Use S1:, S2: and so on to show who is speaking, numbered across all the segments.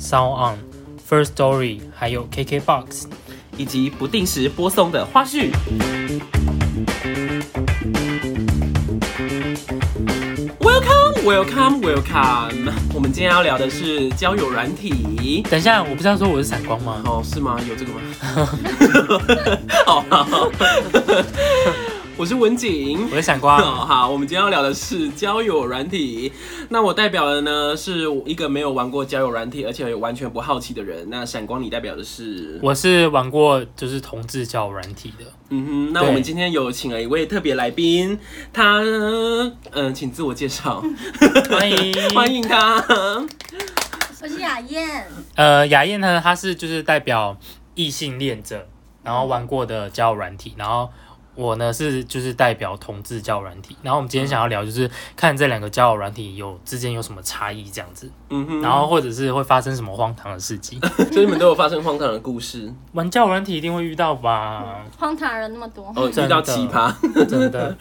S1: Sound On、First Story，还有 KKBox。
S2: 以及不定时播送的花絮。Welcome, welcome, welcome。我们今天要聊的是交友软体。
S1: 等一下，我不是要说我是闪光吗？
S2: 哦，是吗？有这 个吗？好好，我是文景
S1: 我。是闪光，
S2: 哦， 好，我们今天要聊的是交友软体。那我代表的呢是一个没有玩过交友软体，而且完全不好奇的人。那闪光，你代表的是
S1: 我是玩过就是同志交友软体的。
S2: 嗯哼，那
S1: 对
S2: 我们今天有请了一位特别来宾，他嗯、请自我介 绍，
S1: 欢迎
S2: 欢。迎他。
S3: 我是雅燕，
S1: 呃，雅燕呢，她是就是代表异性恋者，然后玩过的交友软体，然后。我呢是就是代表同志交友软体，然后我们今天想要聊就是看这两个交友软体有之间有什么差异这样子，
S2: 嗯哼，
S1: 然后或者是会发生什么荒唐的事情。
S2: 所以你们都有发生荒唐的故事，
S1: 玩交友软体一定会遇到吧？
S3: 荒唐人那么多，
S2: 哦，
S1: 真的
S2: 遇到奇葩。
S1: 真的，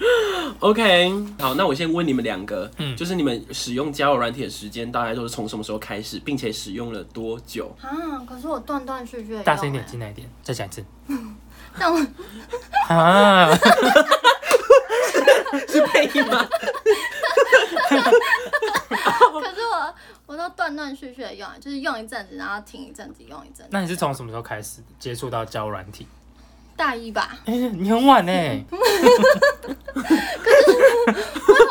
S2: OK，好，那我先问你们两个，
S1: 嗯
S2: 就是你们使用交友软体的时间大概都是从什么时候开始，并且使用了多 久？
S3: 啊！可是我断断续续、欸，
S1: 大声一点，进来一点，再讲一次
S3: 但我
S1: 啊！
S2: 是配音吗？
S3: 可是我我都断断续续的用，欸就是用一阵子，然后停一阵子，用一阵子。
S1: 那你是从什么时候开始接触到交友软体？
S3: 大一吧？
S1: 哎、你很晚呢、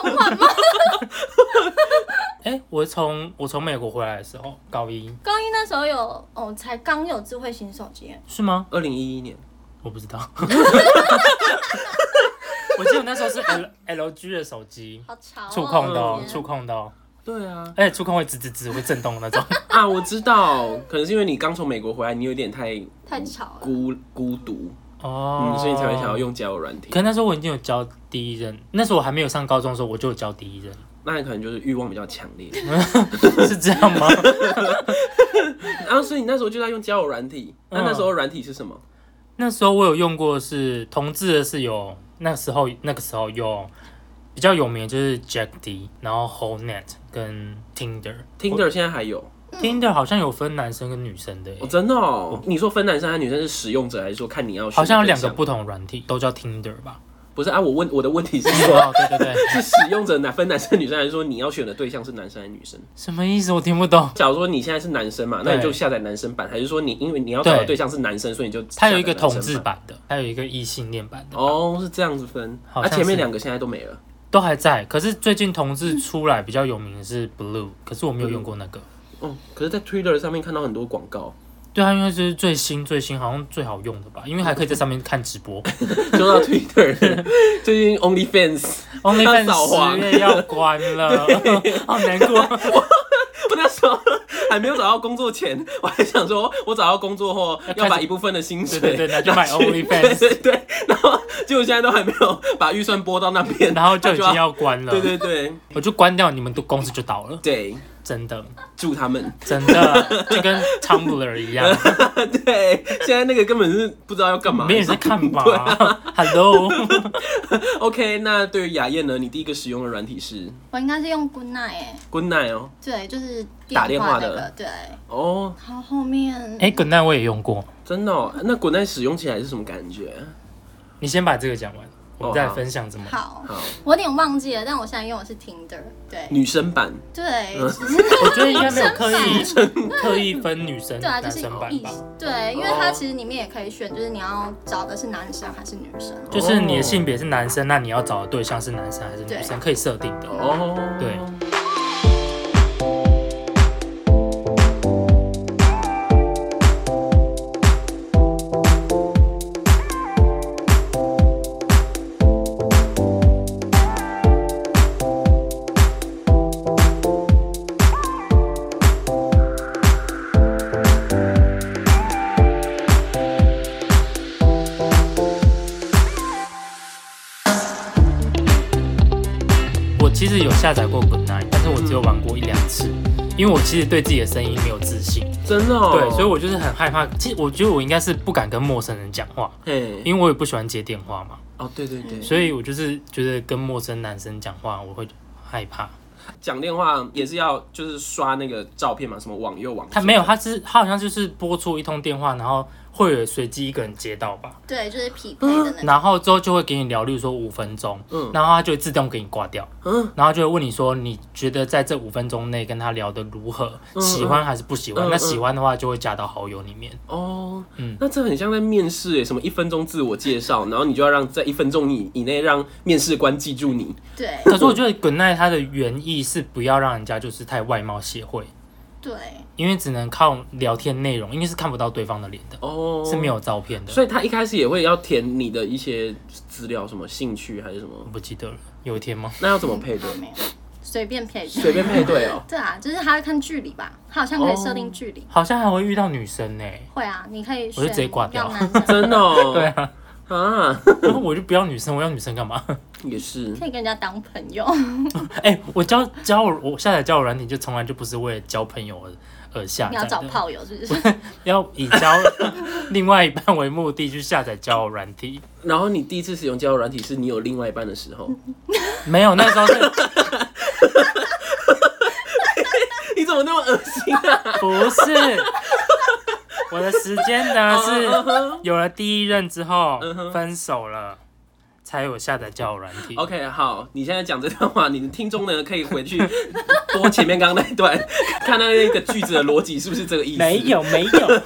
S3: 很晚吗？
S1: 哎、我从我从美国回来的时候，高一
S3: 高一那时候有哦，才刚有智慧型手机，
S1: 是吗？
S2: 二零一一年，
S1: 我不知道。 我记得我那时候是 L L G 的手机，
S3: 好潮、哦，
S1: 触控的哦
S3: 我，觉得
S1: 触。控的哦，
S2: 对啊，
S1: 而且触控会吱吱吱会震动的那种。
S2: 啊，我知道，可能是因为你刚从美国回来，你有点太
S3: 太吵了，
S2: 孤孤独，
S1: 哦、
S2: 嗯，所以你才会想要。用交友软体
S1: 可。那时候我已经有交第一任，那时候我还没有上高中的时候，我就有交第一任。
S2: 那你可能就是欲望比较强烈，
S1: 是这样吗？
S2: 然后啊所以你那时候就在用交友软体，那
S1: 嗯
S2: 那时候软体是什么？
S1: 那时候我有用过的是同志的是有那时候那个时候有比较有名的就是 Jack D，然后 Wholenet 跟 Tinder。
S2: Tinder 现在还有，
S1: Tinder 好像有分男生跟女生的耶、
S2: 哦，真的哦。你说分男生和女生是使用者，还是说看你要？
S1: 好像有两个，不同的软体，都叫 Tinder 吧？
S2: 不是啊？我问我的问题是说，
S1: 哦，对对对，
S2: 是使用者哪分男生女生，还是说你要选的对象是男生还是女生？
S1: 什么意思？我听不懂。
S2: 假如说你现在是男生嘛，那你
S1: 对
S2: 就下载男生版，还是说你因为你要找的
S1: 对
S2: 对象是男生，所以你就
S1: 它有一个
S2: 下载男
S1: 同
S2: 生
S1: 志
S2: 版？
S1: 版的，还有一个异性恋版的，
S2: 哦，是这样子分，
S1: 好
S2: 啊，
S1: 像
S2: 前面
S1: 是
S2: 两个现在都没了。
S1: 都还在。可是最近同
S2: 嗯
S1: 志出来比较有名的是 Blue，可是我没有用过那个。
S2: 哦，可是，在 Twitter 上面看到很多广告，
S1: 对啊，因为这是最新最新，好像最好用的吧，因为还可以在上面看直 播。
S2: 说到 Twitter，最 近 OnlyFans，要 扫
S1: 哦 OnlyFans
S2: 黄
S1: 十月要关 了，好难过。
S2: 我那时候还没有找到工作前，我还想说，我找到工作后
S1: 要开始
S2: 要把一部分的薪水
S1: 对对对拿去买
S2: 拿去
S1: OnlyFans
S2: 对对对，然后结果现在都还没有把预算拨到那边，
S1: 然后就已经
S2: 他
S1: 要关了，
S2: 对对对
S1: 我就关掉，你们都公司就倒了，
S2: 对，
S1: 真的
S2: 祝他们
S1: 真的就跟 Tumblr 一样，
S2: 对，现在那个根本是不知道要干嘛。
S1: 没人在看吧
S2: 啊
S1: ？Hello，
S2: OK，那对于雅燕呢，你第一个使用的软体是
S3: 我应该是用 Good Night 哎、
S2: Good Night 哦，
S3: 对，就是
S2: 打电话
S3: 那
S2: 的
S3: 个，对。
S2: 哦，
S3: 然后后面，
S1: 哎，滚蛋我也用过，
S2: 真的哦，那 Good Night 使用起来是什么感觉？
S1: 你先把这个讲完，我们再来分享怎么。
S3: 好，
S2: 好，
S3: 我有点忘记了，但我现在用的是 Tinder，对
S2: 女生版
S3: 对，
S2: 嗯
S3: 只是
S1: 我觉得应该没有刻意刻意分女生
S3: 对啊，
S1: 男
S3: 就是
S1: 生版
S3: 意
S1: 吧，哦
S3: 对，因为它其实里面也可以选，就是你要找的是男生还是女生。
S1: 就是你的
S2: 哦
S1: 性别是男生，那你要找的对象是男生还是女生，可以设定的。
S2: 哦，
S1: 对。是有下载过 Good Night，但是我只有玩过一两次，因为我其实对自己的声音没有自信，
S2: 真的、嗯哦，
S1: 对，所以我就是很害怕。其实我觉得我应该是不敢跟陌生人讲话，
S2: 嘿，
S1: 因为我也不喜欢接电话嘛，
S2: 哦，对对对，
S1: 所以我就是觉得跟陌生男生讲话我会害怕。
S2: 讲电话也是要就是刷那个照片嘛，什么往右往左
S1: 他没有，他是他好像就是拨出一通电话，然后会有随机一个人接到吧，
S3: 对，就是匹配的那种。
S1: 然后之后就会给你聊，例如说五分钟，
S2: 嗯
S1: 然后他就会自动给你挂掉，
S2: 嗯
S1: 然后就会问你说你觉得在这五分钟内跟他聊得如何，
S2: 嗯
S1: 喜欢还是不喜欢？
S2: 嗯
S1: 那喜欢的话就会加到好友里面。
S2: 哦，
S1: 嗯
S2: 那这很像在面试诶，什么一分钟自我介绍，然后你就要让在一分钟以以内让面试官记住你，
S3: 对
S1: 可是我觉得 Good Night 它的原意是不要让人家就是太外貌协会，
S3: 对，
S1: 因为只能靠聊天内容，因为是看不到对方的脸的，
S2: 哦，
S1: 是没有照片的。
S2: 所以他一开始也会要填你的一些资料，什么兴趣还是什
S1: 我
S2: 么，
S1: 不记得了，有一天吗？
S2: 那要怎么配 对
S3: 好？没有，随便配
S2: 随便配对哦、
S3: 对啊，就是他要看距离吧，他好像可以设定距离。
S1: 好像还会遇到女生呢、
S3: 会啊，你可以
S1: 哦我就直接
S3: 选
S1: 挂掉
S3: 要男生，
S2: 真的、哦，
S1: 对啊，
S2: 啊，
S1: 然后我就不要女生，我要女生干嘛？
S2: 也是
S3: 可以跟人家当朋友。
S1: 哎、我交交友我下载交友软体就从来就不是为了交朋友而而下
S3: 你
S1: 载
S3: 要
S1: 的，
S3: 找炮友是不 是？
S1: 要以交另外一半为目的去下载交友软体。
S2: 然后你第一次使用交友软体是你有另外一半的时候，
S1: 没有，那时候是
S2: 你怎么那么恶心啊？
S1: 不是？我的时间呢
S2: 嗯
S1: 是有了第一任之后分手了，才有下载交友软体。
S2: OK，好，你现在讲这段话，你的听众呢可以回去播前面刚刚那一段，看到那个句子的逻辑是不是这个意思？
S1: 没有没有，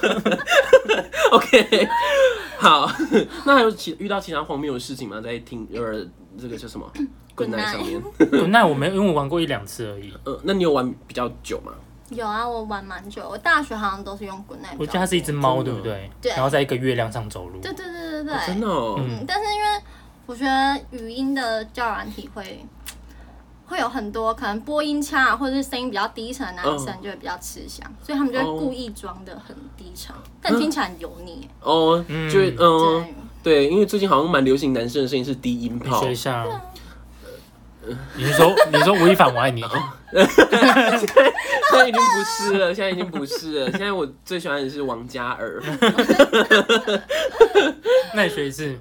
S2: OK，好， 那还有其遇到其他荒谬的事情吗？在听呃这个叫 什么 Good
S3: Good
S2: Night
S3: night
S2: 上面，
S1: 那我没有因为我玩过一两次而已。
S2: 呃，那你有玩比较久吗？
S3: 有啊，我玩蛮久，我大学好像都是用 Good Night。
S1: 我觉得它是一只。猫，对不对？
S3: 对
S1: 然后在一个月亮上走路。
S3: 对对对对
S2: 哦真的
S3: 对。
S2: 哦，
S3: 嗯，但是因为我觉得语音的交友软体会。会有很多可能播音腔啊，或者是声音比较低沉的男生就会比较吃香，所以他们就会故意装的很低沉，但听起来很油腻。欸
S2: 哦，
S1: 嗯
S2: 就是嗯，
S3: 对，
S2: 对，因为最近好像蛮流行男生的声音是低音
S1: 你
S2: 炮
S1: 学，一下。你是说你是说吴亦凡我爱你？
S2: 现在已经不是了，现在已经不是了，现在我最喜欢的是王嘉 尔。
S1: 那你学一次。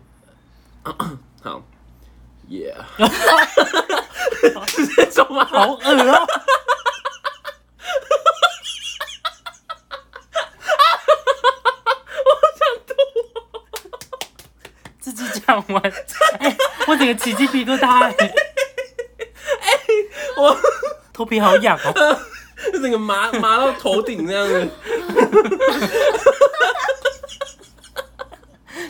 S2: 好，Yeah，是这种吗？
S1: 好恶 哦、自己讲完，哎、我整个起鸡皮疙瘩、哎，
S2: 哎我
S1: 头皮好痒哦、
S2: 整个麻麻到头顶那样 子。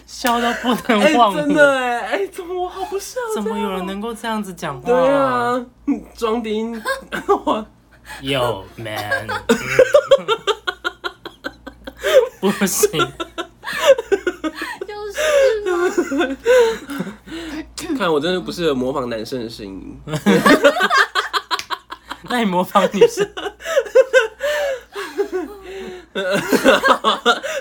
S1: 笑到不
S2: 哎、
S1: 能忘我。
S2: 真的哎、哎、怎么我好不孝
S1: 怎
S2: 这
S1: 么
S2: 样
S1: 有人能够这样子讲话？
S2: 对啊，装低音，我
S1: ，Yo man，不行，
S3: 就是
S2: 看我真的不适合模仿男生的声 音。
S1: 那你模仿女生，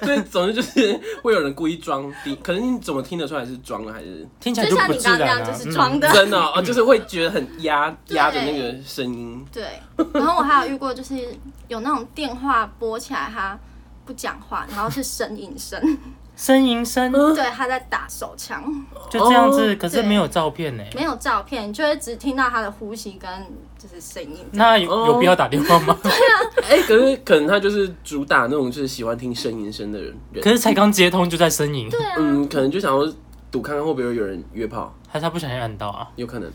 S2: 所以总之就是会有人故意装低，可是你怎么听得出来是装了还是
S1: 听起来
S3: 就像
S1: 不
S3: 你
S1: 自
S3: 刚刚
S1: 然
S3: 那样，
S1: 啊。
S3: 就是
S1: 嗯
S3: 装的。
S2: 真的哦、哦就是会觉得很压
S3: 对
S2: 压着那个声音。
S3: 对，然后我还有遇过，就是有那种电话拨起来，他不讲话，然后是呻吟声，
S1: 呻吟声，
S3: 对，他在打手枪，
S1: 就这样
S2: 嗯
S1: 子，
S2: 哦
S1: 可是没有照片呢。
S3: 没有照片，就会只听到他的呼吸跟就是声音。
S1: 那有
S2: 哦
S1: 有必要打电话吗？
S2: 哎、可是可能他就是主打那种就是喜欢听呻吟声的人，
S1: 可是才刚接通就在呻吟，
S3: 对啊，
S2: 嗯，可能就想要赌看看会不会有人约炮，
S1: 还是他不小心按到啊？
S2: 有可能。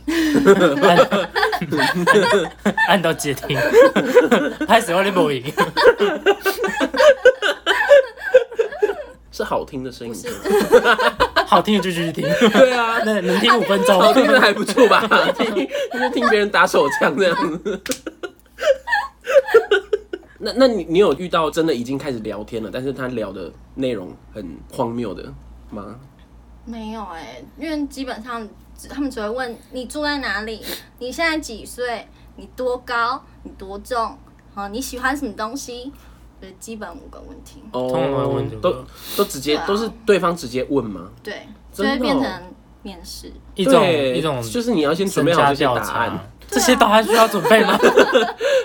S1: 按按到接听， 拍死我你不 赢。
S2: 是好听的声音
S3: 不，是，
S1: 好听的就继续听，
S2: 对 啊，
S1: 那能听五分钟。
S2: 好听的还不错吧？ 听就是听别人打手枪这样子。 那那你你有遇到真的已经开始聊天了，但是他聊的内容很荒谬的吗？
S3: 没有哎、因为基本上只他们只会问你住在哪里，你现在几岁，你多高，你多重，啊，你喜欢什么东西，就是基本五个问题。
S2: 哦
S1: 通常会问这个
S2: 都都直接
S3: 对啊
S2: 都是对方直接问吗？
S3: 对，就
S2: 真的
S3: 会变
S2: 哦
S3: 成面试。
S1: 一种
S2: 对
S1: 一种
S2: 就是你要先准备好这些答案，啊
S1: 身这些都还需要准备吗？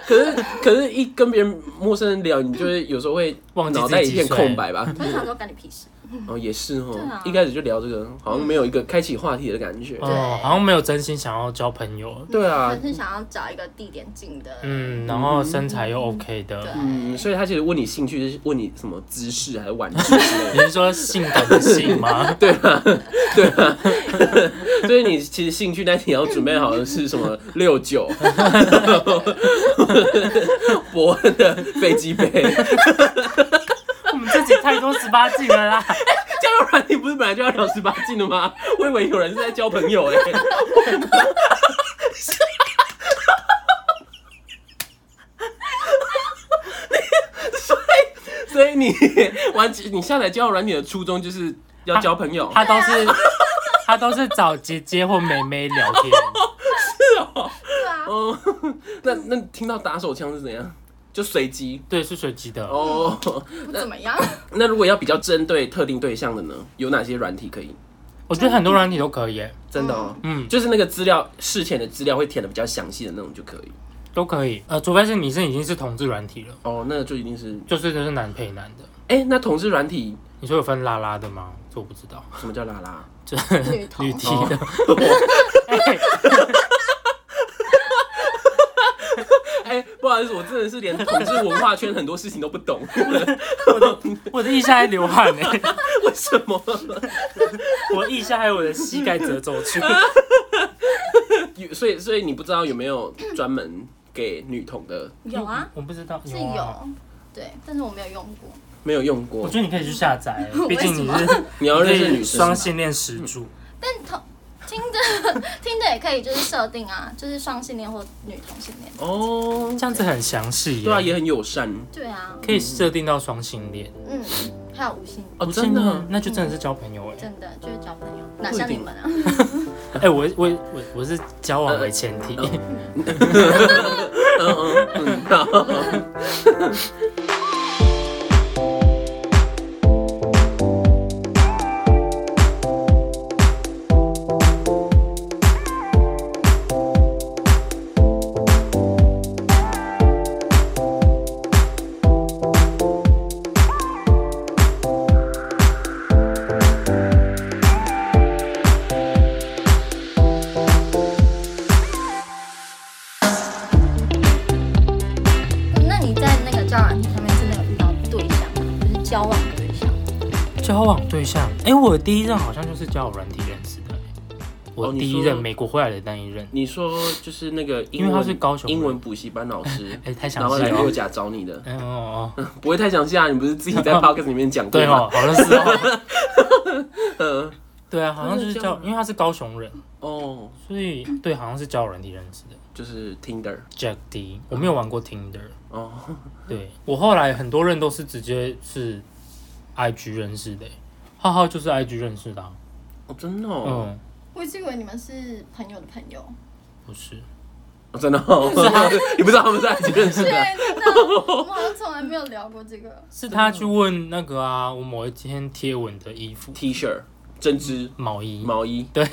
S2: 可是可是一跟别人陌生人聊，你就会有时候会
S1: 忘记
S2: 脑
S1: 自己
S2: 袋一片
S1: 几岁
S2: 空白 吧。
S3: 我就想说干你屁事，
S2: 哦，也是哦
S3: 对啊，
S2: 一开始就聊这个，好像没有一个开启话题的感觉。
S1: 哦，好像没有真心想要交朋友。
S2: 对啊
S3: 可，是想要找一个地点近的，
S1: 嗯，然后身材又 OK 的，
S2: 嗯，所以他其实问你兴趣，就是问你什么姿势还是玩具之类
S1: 你
S2: 的。
S1: 是说性感的性吗？
S2: 对啊，对啊，所以你其实兴趣那题要准备好的是什么 六九， 伯恩的飞机杯，
S1: 我们自己太多十八禁了啦。
S2: 交友软体不是本来就要聊十八禁的吗？ 我以为有人是在交朋友 哎、所以你玩你下载交友软体的初衷就是要交朋 友，
S1: 他都是
S3: 啊
S1: 他都是找姐姐或妹妹聊 天，
S3: 对啊，
S2: 哦， 那那你听到打手枪是怎样？就随机
S1: 对，是随机的。
S2: 哦。
S3: 不怎么样。
S2: 那如果要比较针对特定对象的呢，有哪些软体可以？
S1: 我觉得很多软体都可以耶，
S2: 真的哦，
S1: 嗯，
S2: 就是那个资料事前的资料会填的比较详细的那种就可以。
S1: 都可以。呃，除非是你是已经是同志软体了，
S2: 哦，那就一定是
S1: 就是就是男配男的。
S2: 哎、那同志软体
S1: 你说有分拉拉的吗？这我不知道。哦
S2: 什么叫拉 拉？
S1: 这
S3: 女同
S1: 女 T 的，
S2: 哦 哎、不好意思，我真的是连同志文化圈很多事情都不 懂，
S1: 我的腋下在流汗呢，
S2: 为什么？
S1: 我腋下还有我的膝盖折走去。
S2: 有所以所以你不知道有没有专门给女童的？
S3: 有啊，
S1: 我不知道，
S3: 是
S1: 啊。
S3: 有，对，但是我没有用过。
S2: 没有用
S1: 我
S2: 过
S1: 觉，得你可以去下载， 毕竟你
S3: 为
S1: 是
S2: 你要认识
S1: 你
S2: 女
S1: 是
S2: 生嗯
S1: 双性恋始祖。
S3: 但同听着 听着也可以，就是设定啊，就是双性恋或女同性恋。
S2: 哦
S1: 这，样子很详细耶，
S2: 对啊，也很友善
S3: 对啊，
S1: 可以设定到双性恋。
S3: 嗯，还有无性，
S2: 哦，
S1: 不是
S2: 真的
S1: 吗
S2: 啊，
S1: 那就真的是交朋友哎。
S3: 真的就是交朋友，哪像你们啊？
S1: 哎、我我我我是交往为前
S2: 呃
S1: 提，
S2: 啊
S3: 那你在那个交友软件上面真的有遇到对象吗？就是交往对象？
S1: 交往对象。哎、我的第一任好像就是交友软体认识的、欸我
S2: 哦你
S1: 第一
S2: 说
S1: 任美国回来的那一任，
S2: 你说就是那个英
S1: 因为
S2: 文，
S1: 他是高雄人，
S2: 英文补习班老师
S1: 哎太详
S2: 然后
S1: 细
S2: 来
S1: 了
S2: 六甲找你的，
S1: 嗯哦哦，
S2: 不会太详细啊，你不是自己 在 podcast 里面讲过
S1: 对
S2: 吗？
S1: 哦，好像是哦，
S2: 嗯，
S1: 对啊，好像就
S2: 他是
S1: 是
S2: 交
S1: 交，因为他是高雄人，
S2: 哦，
S1: 所以对，好像是交友软体认识的。
S2: 就是 Tinder，
S1: Jack D，我没有玩过 Tinder，
S2: 哦，
S1: 对我后来很多任都是直接是 IG 认识的、欸浩浩就是 IG 认识的啊、
S2: 哦，真的哦，
S1: 嗯，
S3: 我一直以为你们是朋友的朋友。
S1: 不是，
S2: 哦真的哦， 你不知道他们在一起认识的，
S3: 对，哎真的，我们好像从来没有聊过这个。
S1: 是他去问那个啊，我某一天贴文的衣服
S2: T 恤、针织、
S1: 毛衣，
S2: 毛衣，
S1: 对，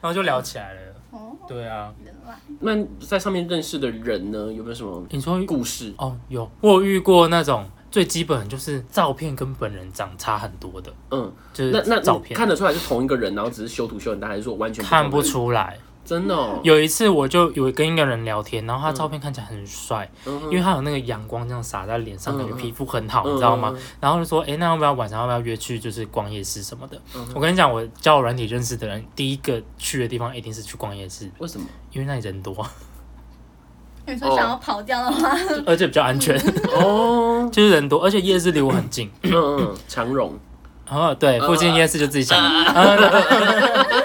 S1: 然后就聊起来了。
S3: 哦，
S1: 对啊，
S3: 原来
S2: 那在上面认识的人呢，有没有什么
S1: 你说
S2: 故事？
S1: 哦，有我有遇过那种最基本就是照片跟本人长差很多的，
S2: 嗯，
S1: 就是
S2: 那那
S1: 照片
S2: 看得出来是同一个人，然后只是修图修很大，还是说完全
S1: 看不
S2: 同
S1: 出来。
S2: 人？真的哦，
S1: 有一次我就有跟一个人聊天，然后他照片看起来很帅，
S2: 嗯哼
S1: 因为他有那个阳光这样洒在脸上，
S2: 嗯
S1: 感觉
S2: 嗯
S1: 皮肤很好，
S2: 嗯
S1: 你知道吗
S2: 嗯？
S1: 然后就说，哎，那要不要晚上要不要约去就是逛夜市什么的？
S2: 嗯
S1: 我跟你讲，我交友软体认识的人，第一个去的地方一定是去逛夜市，
S2: 为什么？
S1: 因为那里人多，
S3: 你说想要跑掉的话，
S1: 而且比较安全，
S2: 哦，
S1: 就是人多，而且夜市离我很 近。
S2: 嗯嗯，长荣，
S1: 哦，对，附近夜市就自己想。啊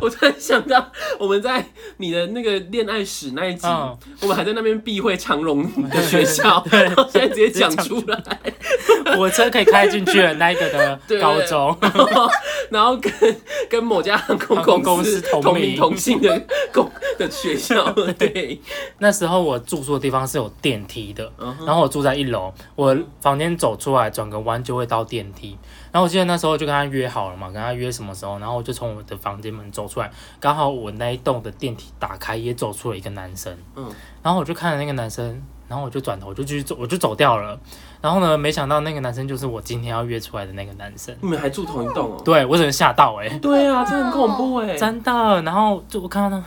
S2: 我突然想到，我们在你的那个恋爱史那一集，
S1: 嗯
S2: 我们还在那边避讳长荣 的学校，然后现在直接讲出来，
S1: 火车可以开进去的那一个的
S2: 对
S1: 高中，
S2: 然后跟跟某家航空
S1: 航空
S2: 公
S1: 公
S2: 司
S1: 司同
S2: 同
S1: 名
S2: 名同姓的公的学校， 对，
S1: 那时候我住宿的地方是有电梯的，
S2: 嗯哼
S1: 然后我住在一楼，我房间走出来转个弯就会到电梯。然后我记得那时候就跟他约好了嘛，跟他约什么时候，然后我就从我的房间门走出来，刚好我那一栋的电梯打开，也走出了一个男生。
S2: 嗯，
S1: 然后我就看着那个男生，然后我就转头就继续走，我就走掉了。然后呢，没想到那个男生就是我今天要约出来的那个男生。
S2: 你们还住同一栋哦？
S1: 对我整个吓到哎、
S2: 对啊，这很恐怖哎。
S1: 真的。然后就我看到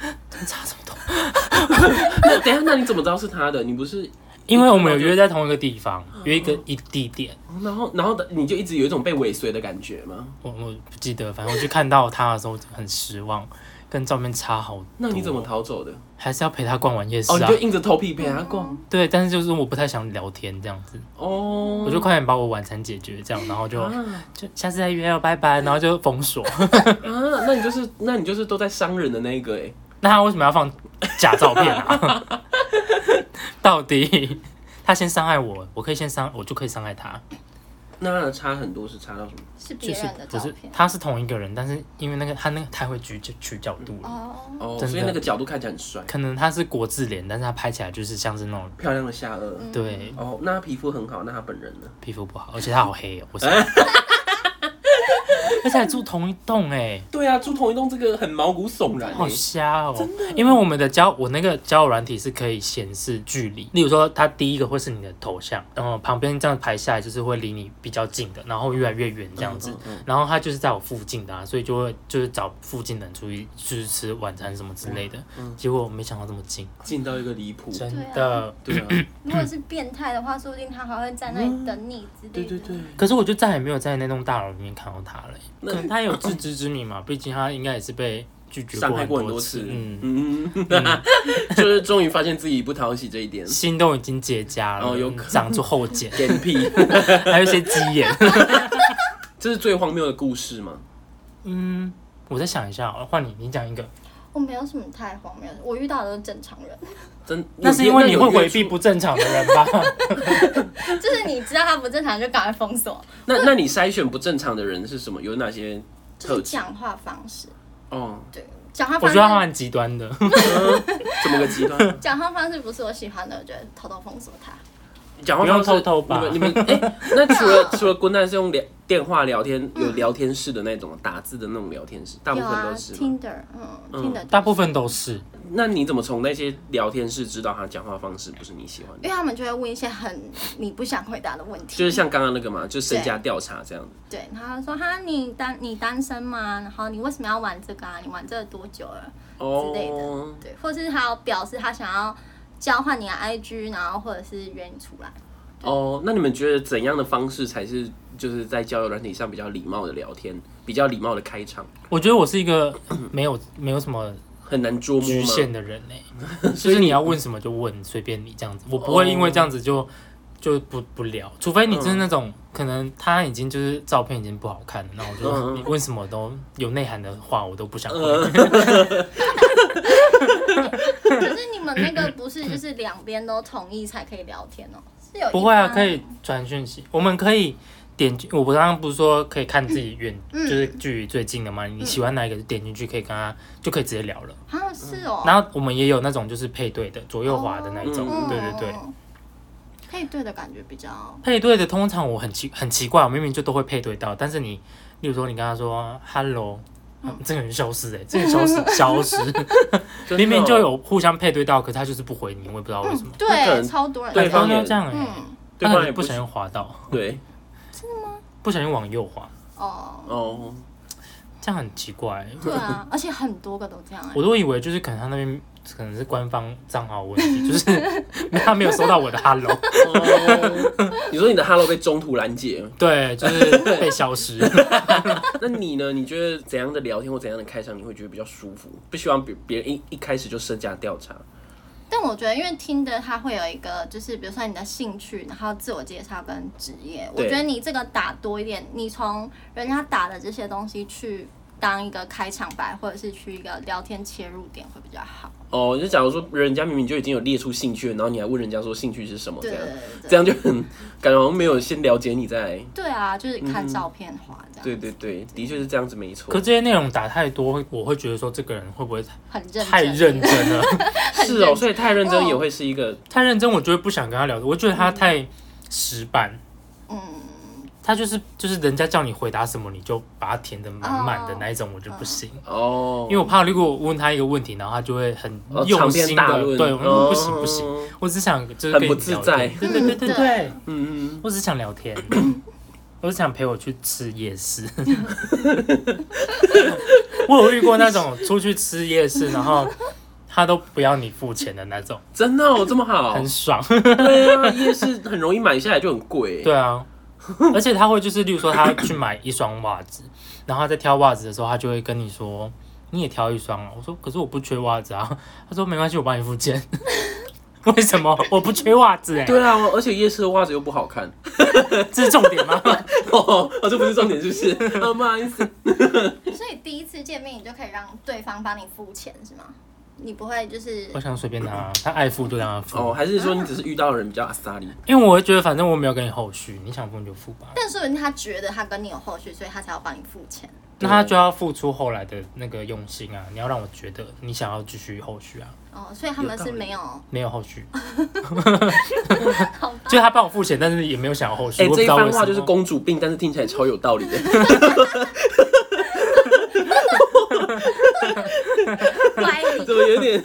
S1: 他，真差这么多，
S2: 那等一下，那你怎么知道是他的？你不是，
S1: 因为我们有约在同一个地方，
S2: 嗯
S1: 约一个一地点。
S2: 然后然后你就一直有一种被尾随的感觉吗？
S1: 我我不记得，反正我就看到他的时候就很失望，跟照片差好多。
S2: 那你怎么？逃走的？
S1: 还是要陪他逛完夜市
S2: 哦，你
S1: 啊
S2: 就？硬着头皮陪他逛。
S1: 对，但是就是我不太想聊天这样子，
S3: 嗯
S2: 哦，
S1: 我就快点把我晚餐解决，这样，然后就
S2: 啊
S1: 就下次再约哦，拜拜，然后就封锁。
S2: 啊，那你就是那你就是都在伤人的那个哎。
S1: 那他为什么要放假照片啊？ 到底他先伤害我，我可以先伤，我就可以伤害他，
S2: 那差很多是差到什么？
S3: 是
S1: 就
S3: 别
S1: 是
S3: 人的
S1: 不
S3: 照
S1: 是
S3: 片。
S1: 他是同一个人，但是因为那个他那个太会取取角度了，
S3: 哦，
S2: 哦，
S1: 真的
S2: 所以那个角度看起来很帅，
S1: 可能他是国字脸，但是他拍起来就是像是那种
S2: 漂亮的下颚。
S3: 嗯
S1: 对
S2: 哦，那他皮肤很好，那他本人呢？
S1: 皮肤不好，而且他好黑哦，我是。而且还住同一栋哎、
S2: 对啊，住同一栋这个很毛骨悚然
S1: 好
S2: 欸。
S1: 瞎哦、因为我们的交我那个交友软体是可以显示距离，例如说它第一个会是你的头像，然后旁边这样排下来就是会离你比较近的，然后越来越远这样子，
S2: 嗯嗯嗯
S1: 然后它就是在我附近的啊，所以就会就是找附近的人出去去吃晚餐什么之类的，结果没想到这么近，
S2: 近到一个离谱。
S1: 真
S3: 对
S1: 的。
S2: 对 啊，
S3: 如果是变态的话，说不定他还会在那里等你之类的。
S2: 对对对。
S1: 可是我就再也没有在那栋大楼里面看到他了、
S2: 那
S1: 可能他有自知之 明嘛，毕竟他应该也是被拒绝
S2: 伤害过
S1: 过
S2: 很多
S1: 多
S2: 次，
S1: 嗯，
S2: 嗯， 就是终于发现自己不讨喜这一点，
S1: 心都已经结痂了，
S2: 哦有可能，
S1: 长出后茧
S2: 点屁，
S1: 还有一些鸡眼。
S2: 这是最荒谬的故事吗？
S1: 嗯，我再想一下哦，换你，你讲一个。
S3: 我没有什么太荒谬的，我遇到的都是正常人，
S2: 真
S1: 那是因为你会回避
S2: 有约
S1: 不正常的人 吧？
S3: 就是你知道他不正常就赶快封锁，
S2: 那那你筛选不正常的人是什么？有哪些
S3: 就
S2: 特
S3: 是
S2: 质？
S3: 讲话方式，
S2: 哦，
S3: 对，讲话
S1: 我
S3: 方
S1: 觉得他
S3: 式，
S1: 蛮极端的。
S2: 怎么个极端？
S3: 讲话方式不是我喜欢的，我就偷偷封锁他。
S2: 讲话
S1: 不用
S2: 方式
S1: 偷偷吧
S2: 你们你们哎、那除 了除了滚蛋是用聊电话聊天，有聊天室的那种打字的那种聊天室，大部
S3: 有
S2: 分
S3: 啊
S2: 都是吗。
S3: ，Tinder，嗯，Tinder，
S1: 大部分都是，
S2: 那你怎么从那些聊天室知道他讲话方式不是你喜欢的？
S3: 因为他们就会问一些很你不想回答的问
S2: 就是
S3: 题，
S2: 像刚刚那个嘛，就身家调查这样子。
S3: 对，然后说哈，你单你单身吗？然后你为什么要玩这个啊？你玩这个多久了？之类
S2: 哦，
S3: 对，或是他有表示他想要交换你的 IG，然后或者是约你出 来。
S2: 哦，那你们觉得怎样的方式才是就是在交友软体上比较礼貌的聊天，比较礼貌的开场？
S1: 我觉得我是一个没有没有什么
S2: 很难捉摸
S1: 局
S2: 吗？
S1: 限的人呢、 就是你要问什么就问，随便你这样子，我不会因为这样子就就不不聊，除非你就是那
S2: 嗯
S1: 种、可能他已经就是照片已经不好看了，那我就、
S2: 嗯
S1: 你问什么都有内涵的话，我都不想回。
S3: 可是你们那个不是就是两边都同意才可以聊天哦、是有 一
S1: 不会啊，
S3: 方
S1: 可以传讯息，我们可以点进。我刚刚不是说可以看自己远，就是距离最近的吗？你喜欢哪一个就点进去，可以跟他就可以直接聊了。
S3: 啊，是哦、
S1: 然后我们也有那种就是配对的，左右滑的那一种，
S2: 哦
S1: 对对对。
S3: 嗯，配对的感觉比较
S1: 配对的通常我很奇很奇怪，我明明就都会配对到，但是你，例如说你跟他说 “hello”，、这个人消失哎、欸，这个人消失消失，
S2: 真的哦
S1: 明明就有互相配对到，可他就是不回你，我也不知道为什么
S3: 嗯，。
S2: 那可
S3: 对，
S2: 能
S3: 超多人
S2: 对
S1: 很
S2: 方
S1: 多
S2: 也
S1: 都这样哎、欸，
S3: 嗯
S2: 对
S1: 那
S2: 方
S1: 你
S2: 也
S1: 不
S2: 不
S1: 小心滑到，
S2: 对
S1: 不小心往右滑，
S3: 哦，
S2: 哦，
S1: 这样很奇怪欸、
S3: 对啊，而且很多个都这样哎、
S1: 我都以为就是可能他那边可能是官方账号问题，就是他没有收到我的 hello，
S2: 哦你说你的 Hello 被中途拦截，
S1: 对，就是被消失。
S2: 那你呢？你觉得怎样的聊天或怎样的开场你会觉得比较舒服？不希望别别人一一开始就身家调查。
S3: 但我觉得，因为听的它会有一个，就是比如说你的兴趣，然后自我介绍跟职业。我
S2: 对
S3: 觉得你这个打多一点，你从人家打的这些东西去当一个开场白，或者是去一个聊天切入点会比较好。
S2: 哦，就假如说人家明明就已经有列出兴趣了，然后你还问人家说兴趣是什么，这
S3: 对
S2: 样
S3: 对
S2: 这
S3: 对
S2: 样就很感觉好像没有先了解你再。
S3: 对啊，就是看照片花这样，
S2: 对对对，的确是这样子，没错
S1: 可。这些内容打太多，我会觉得说这个人会不会
S3: 很认真
S1: 太认真了？
S2: 是哦，所以太认真
S3: 哦
S2: 也会是一个
S1: 太认真，我就会不想跟他聊。我觉得他太死板，
S3: 嗯。
S1: 他就是就是人家叫你回答什么，你就把它填的满满的
S3: 哦
S1: 那一种，我就不行。
S2: 哦，
S1: 因为我怕，如果我问他一个问题，然后他就会很
S2: 哦
S1: 用
S2: 长篇
S1: 心
S2: 大
S1: 的，
S2: 论，
S1: 对，我
S2: 哦
S1: 不行不行，，我只想就是
S2: 很
S1: 跟你
S2: 不自
S1: 聊
S2: 在
S1: 天，对对对对
S3: 嗯
S1: 对
S3: 对，
S2: 嗯嗯，
S1: 我只想聊天，我只想陪我去吃 夜市。我有遇过那种出去吃夜市，然后他都不要你付钱的那种，
S2: 真的哦，这么好，
S1: 很爽。
S2: 对啊，夜市很容易买下来就很贵，
S1: 对啊， 而且他会就是，例如说他去买一双袜子， 然后他在挑袜子的时候，他就会跟你说。你也挑一双啊？我说，可是我不缺袜子啊。 他说没关系，我帮你付钱。 为什么我不缺袜子、欸？
S2: 对啊，而且夜市的袜子又不好看，
S1: 这是重点吗？
S2: 哦，哦这不是重点，是不是？啊，不好意思，
S3: 所以第一次见面，你就可以让对方帮你付钱，是吗？你不会就是
S1: 我想随便他，他爱付就让他付。
S2: 哦，还是说你只是遇到的人比较阿萨里？
S1: 因为我会觉得，反正我没有给你后续，你想付你就付吧。
S3: 但说不定他觉得他跟你有后续，所以他才要帮你付钱。
S1: 那他就要付出后来的那个用心啊！你要让我觉得你想要继续后续啊，
S3: 哦，所以他们是没 有，
S1: 没有后 续，
S3: 好吧
S1: 就？是他帮我付钱，但是也没有想要后续。
S2: 哎、
S1: 我不
S2: 这一
S1: 知道
S2: 番
S1: 为什
S2: 话
S1: 么。
S2: 就是公主病，但是听起来超有道理 的。
S3: 歪理
S2: 怎么有点？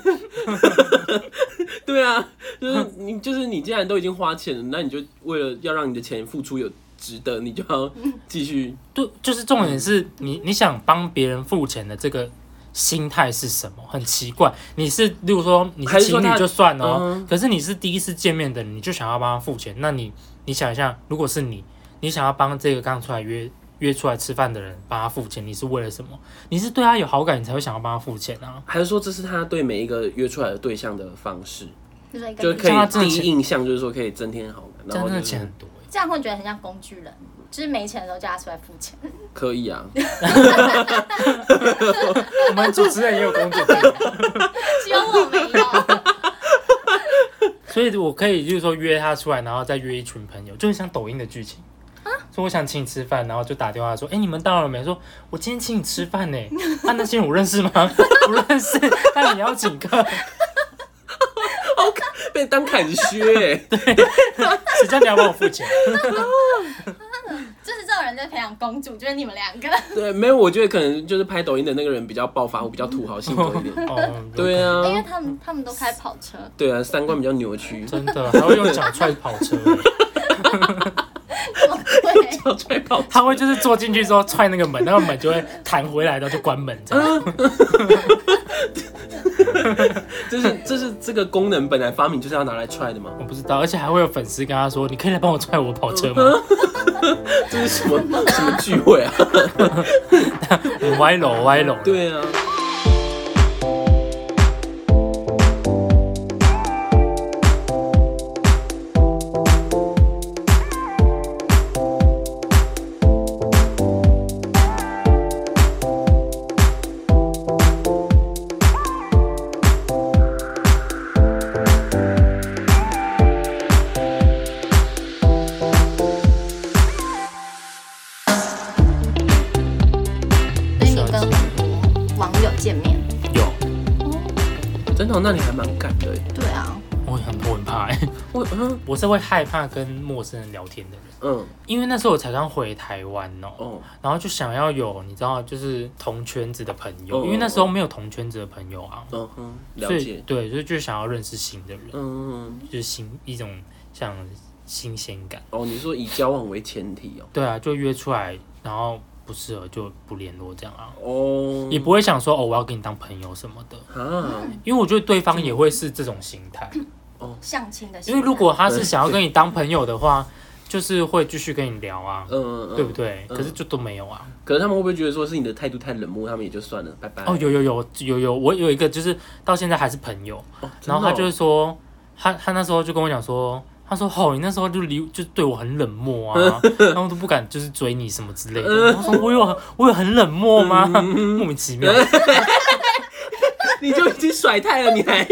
S2: 对啊，就是你，就是你，既然都已经花钱了，那你就为了要让你的钱付出有值得，你就要继续。
S1: 对，就是重
S2: 嗯
S1: 点是你你想帮别人付钱的这个心态是什么？很奇怪，你是例如说你
S2: 还
S1: 是
S2: 是说
S1: 情
S2: 他
S1: 侣就算哦，
S2: 嗯
S1: 可是你是第一次见面的，你就想要帮他付钱，那你你想一下，如果是你，你想要帮这个刚出来约。约出来吃饭的人帮他付钱，你是为了什么？你是对他有好感，你才会想要帮他付钱啊。
S2: 还是说这是他对每一个约出来的对象的方式，
S3: 就说一
S2: 就
S3: 个
S2: 是可
S1: 像他
S2: 以
S1: 真的
S2: 第一
S1: 钱
S2: 印象就是说可以增添好感，然
S1: 真
S2: 后
S1: 的
S2: 就
S1: 钱
S2: 是
S1: 很 多欸、
S3: 这样会觉得很像工具人，就是没钱的时候叫他出来付钱。
S2: 可以啊，
S1: 我们主持人也有工作，
S3: 希望我没 有。
S1: 所以我可以就是说约他出来，然后再约一群朋友，就很像抖音的剧情。说我想请你吃饭，然后就打电话说：“哎、你们到了没？”说：“我今天请你吃饭呢。” 啊，那些人我认识吗？ 不认识，但你要请客，
S2: 被当砍削、 欸。
S1: 谁叫你要帮我付钱？
S3: 就是这种人就培养公主，就是你们两个。
S2: 对，没有，我觉得可能就是拍抖音的那个人比较爆发户，比较土豪性格一点。
S1: 哦，
S2: 对
S1: 啊，
S2: 啊，
S3: 因为他们他们都开跑车，
S2: 对啊，三观比较扭曲，
S1: 真的还会用脚踹跑 车，
S3: 怎么会？
S2: 要吹跑
S1: 他会就是坐进去之后踹那个门，那个门就会弹回来，然后就关门这
S2: 嗯
S1: 样。
S2: 这是这是这个功能本来发明就是要拿来踹的吗？
S1: 我不知道，而且还会有粉丝跟他说：“你可以来帮我踹我跑车
S2: 嗯
S1: 吗
S2: 这是什么什么聚会啊？？”
S1: 很歪楼歪楼。
S2: 对啊。
S3: 所以你跟很多网友见面，
S1: 有，
S2: 真的哦、那你还蛮敢的耶
S3: 对啊，
S1: 我很我很怕、欸。
S2: 我嗯
S1: 我是会害怕跟陌生人聊天的人，
S2: 嗯
S1: 因为那时候我才刚回台湾哦、
S2: 哦
S1: 然后就想要有你知道，就是同圈子的朋
S2: 嗯
S1: 友，因为那时候没有同圈子的朋友啊，
S2: 嗯哼，了
S1: 所以
S2: 解。
S1: 对，所以就想要认识新的人，
S2: 嗯，
S1: 就是新一种像新鲜感。
S2: 哦，你说以交往为前提哦。
S1: 对啊，就约出来，然后不适合就不联络这样啊，
S2: 哦，
S1: 也不会想说哦我要跟你当朋友什么的，
S2: 啊，
S1: 因为我觉得对方也会是这种心态，
S2: 嗯
S3: 相亲的心态。
S1: 因为如果他是想要跟你当朋友的话，就是会继续跟你聊啊
S2: 嗯，嗯嗯，
S1: 对不？对？可是
S2: 嗯
S1: 就都没有啊。
S2: 可是他们会不会觉得说是你的态度太冷漠，他们也就算了，拜拜。
S1: 哦，有有有有有，我有一个就是到现在还是朋友，
S2: 哦，
S1: 然后他就是是说，他他那时候就跟我讲说，他说：“哦吼，你那时候就离就对我很冷 漠啊，然后都不敢就是追你什么之类的。”他说：“我有很我有很冷漠吗？
S2: 嗯
S1: 莫名其妙，
S2: 你就已经甩太了，你还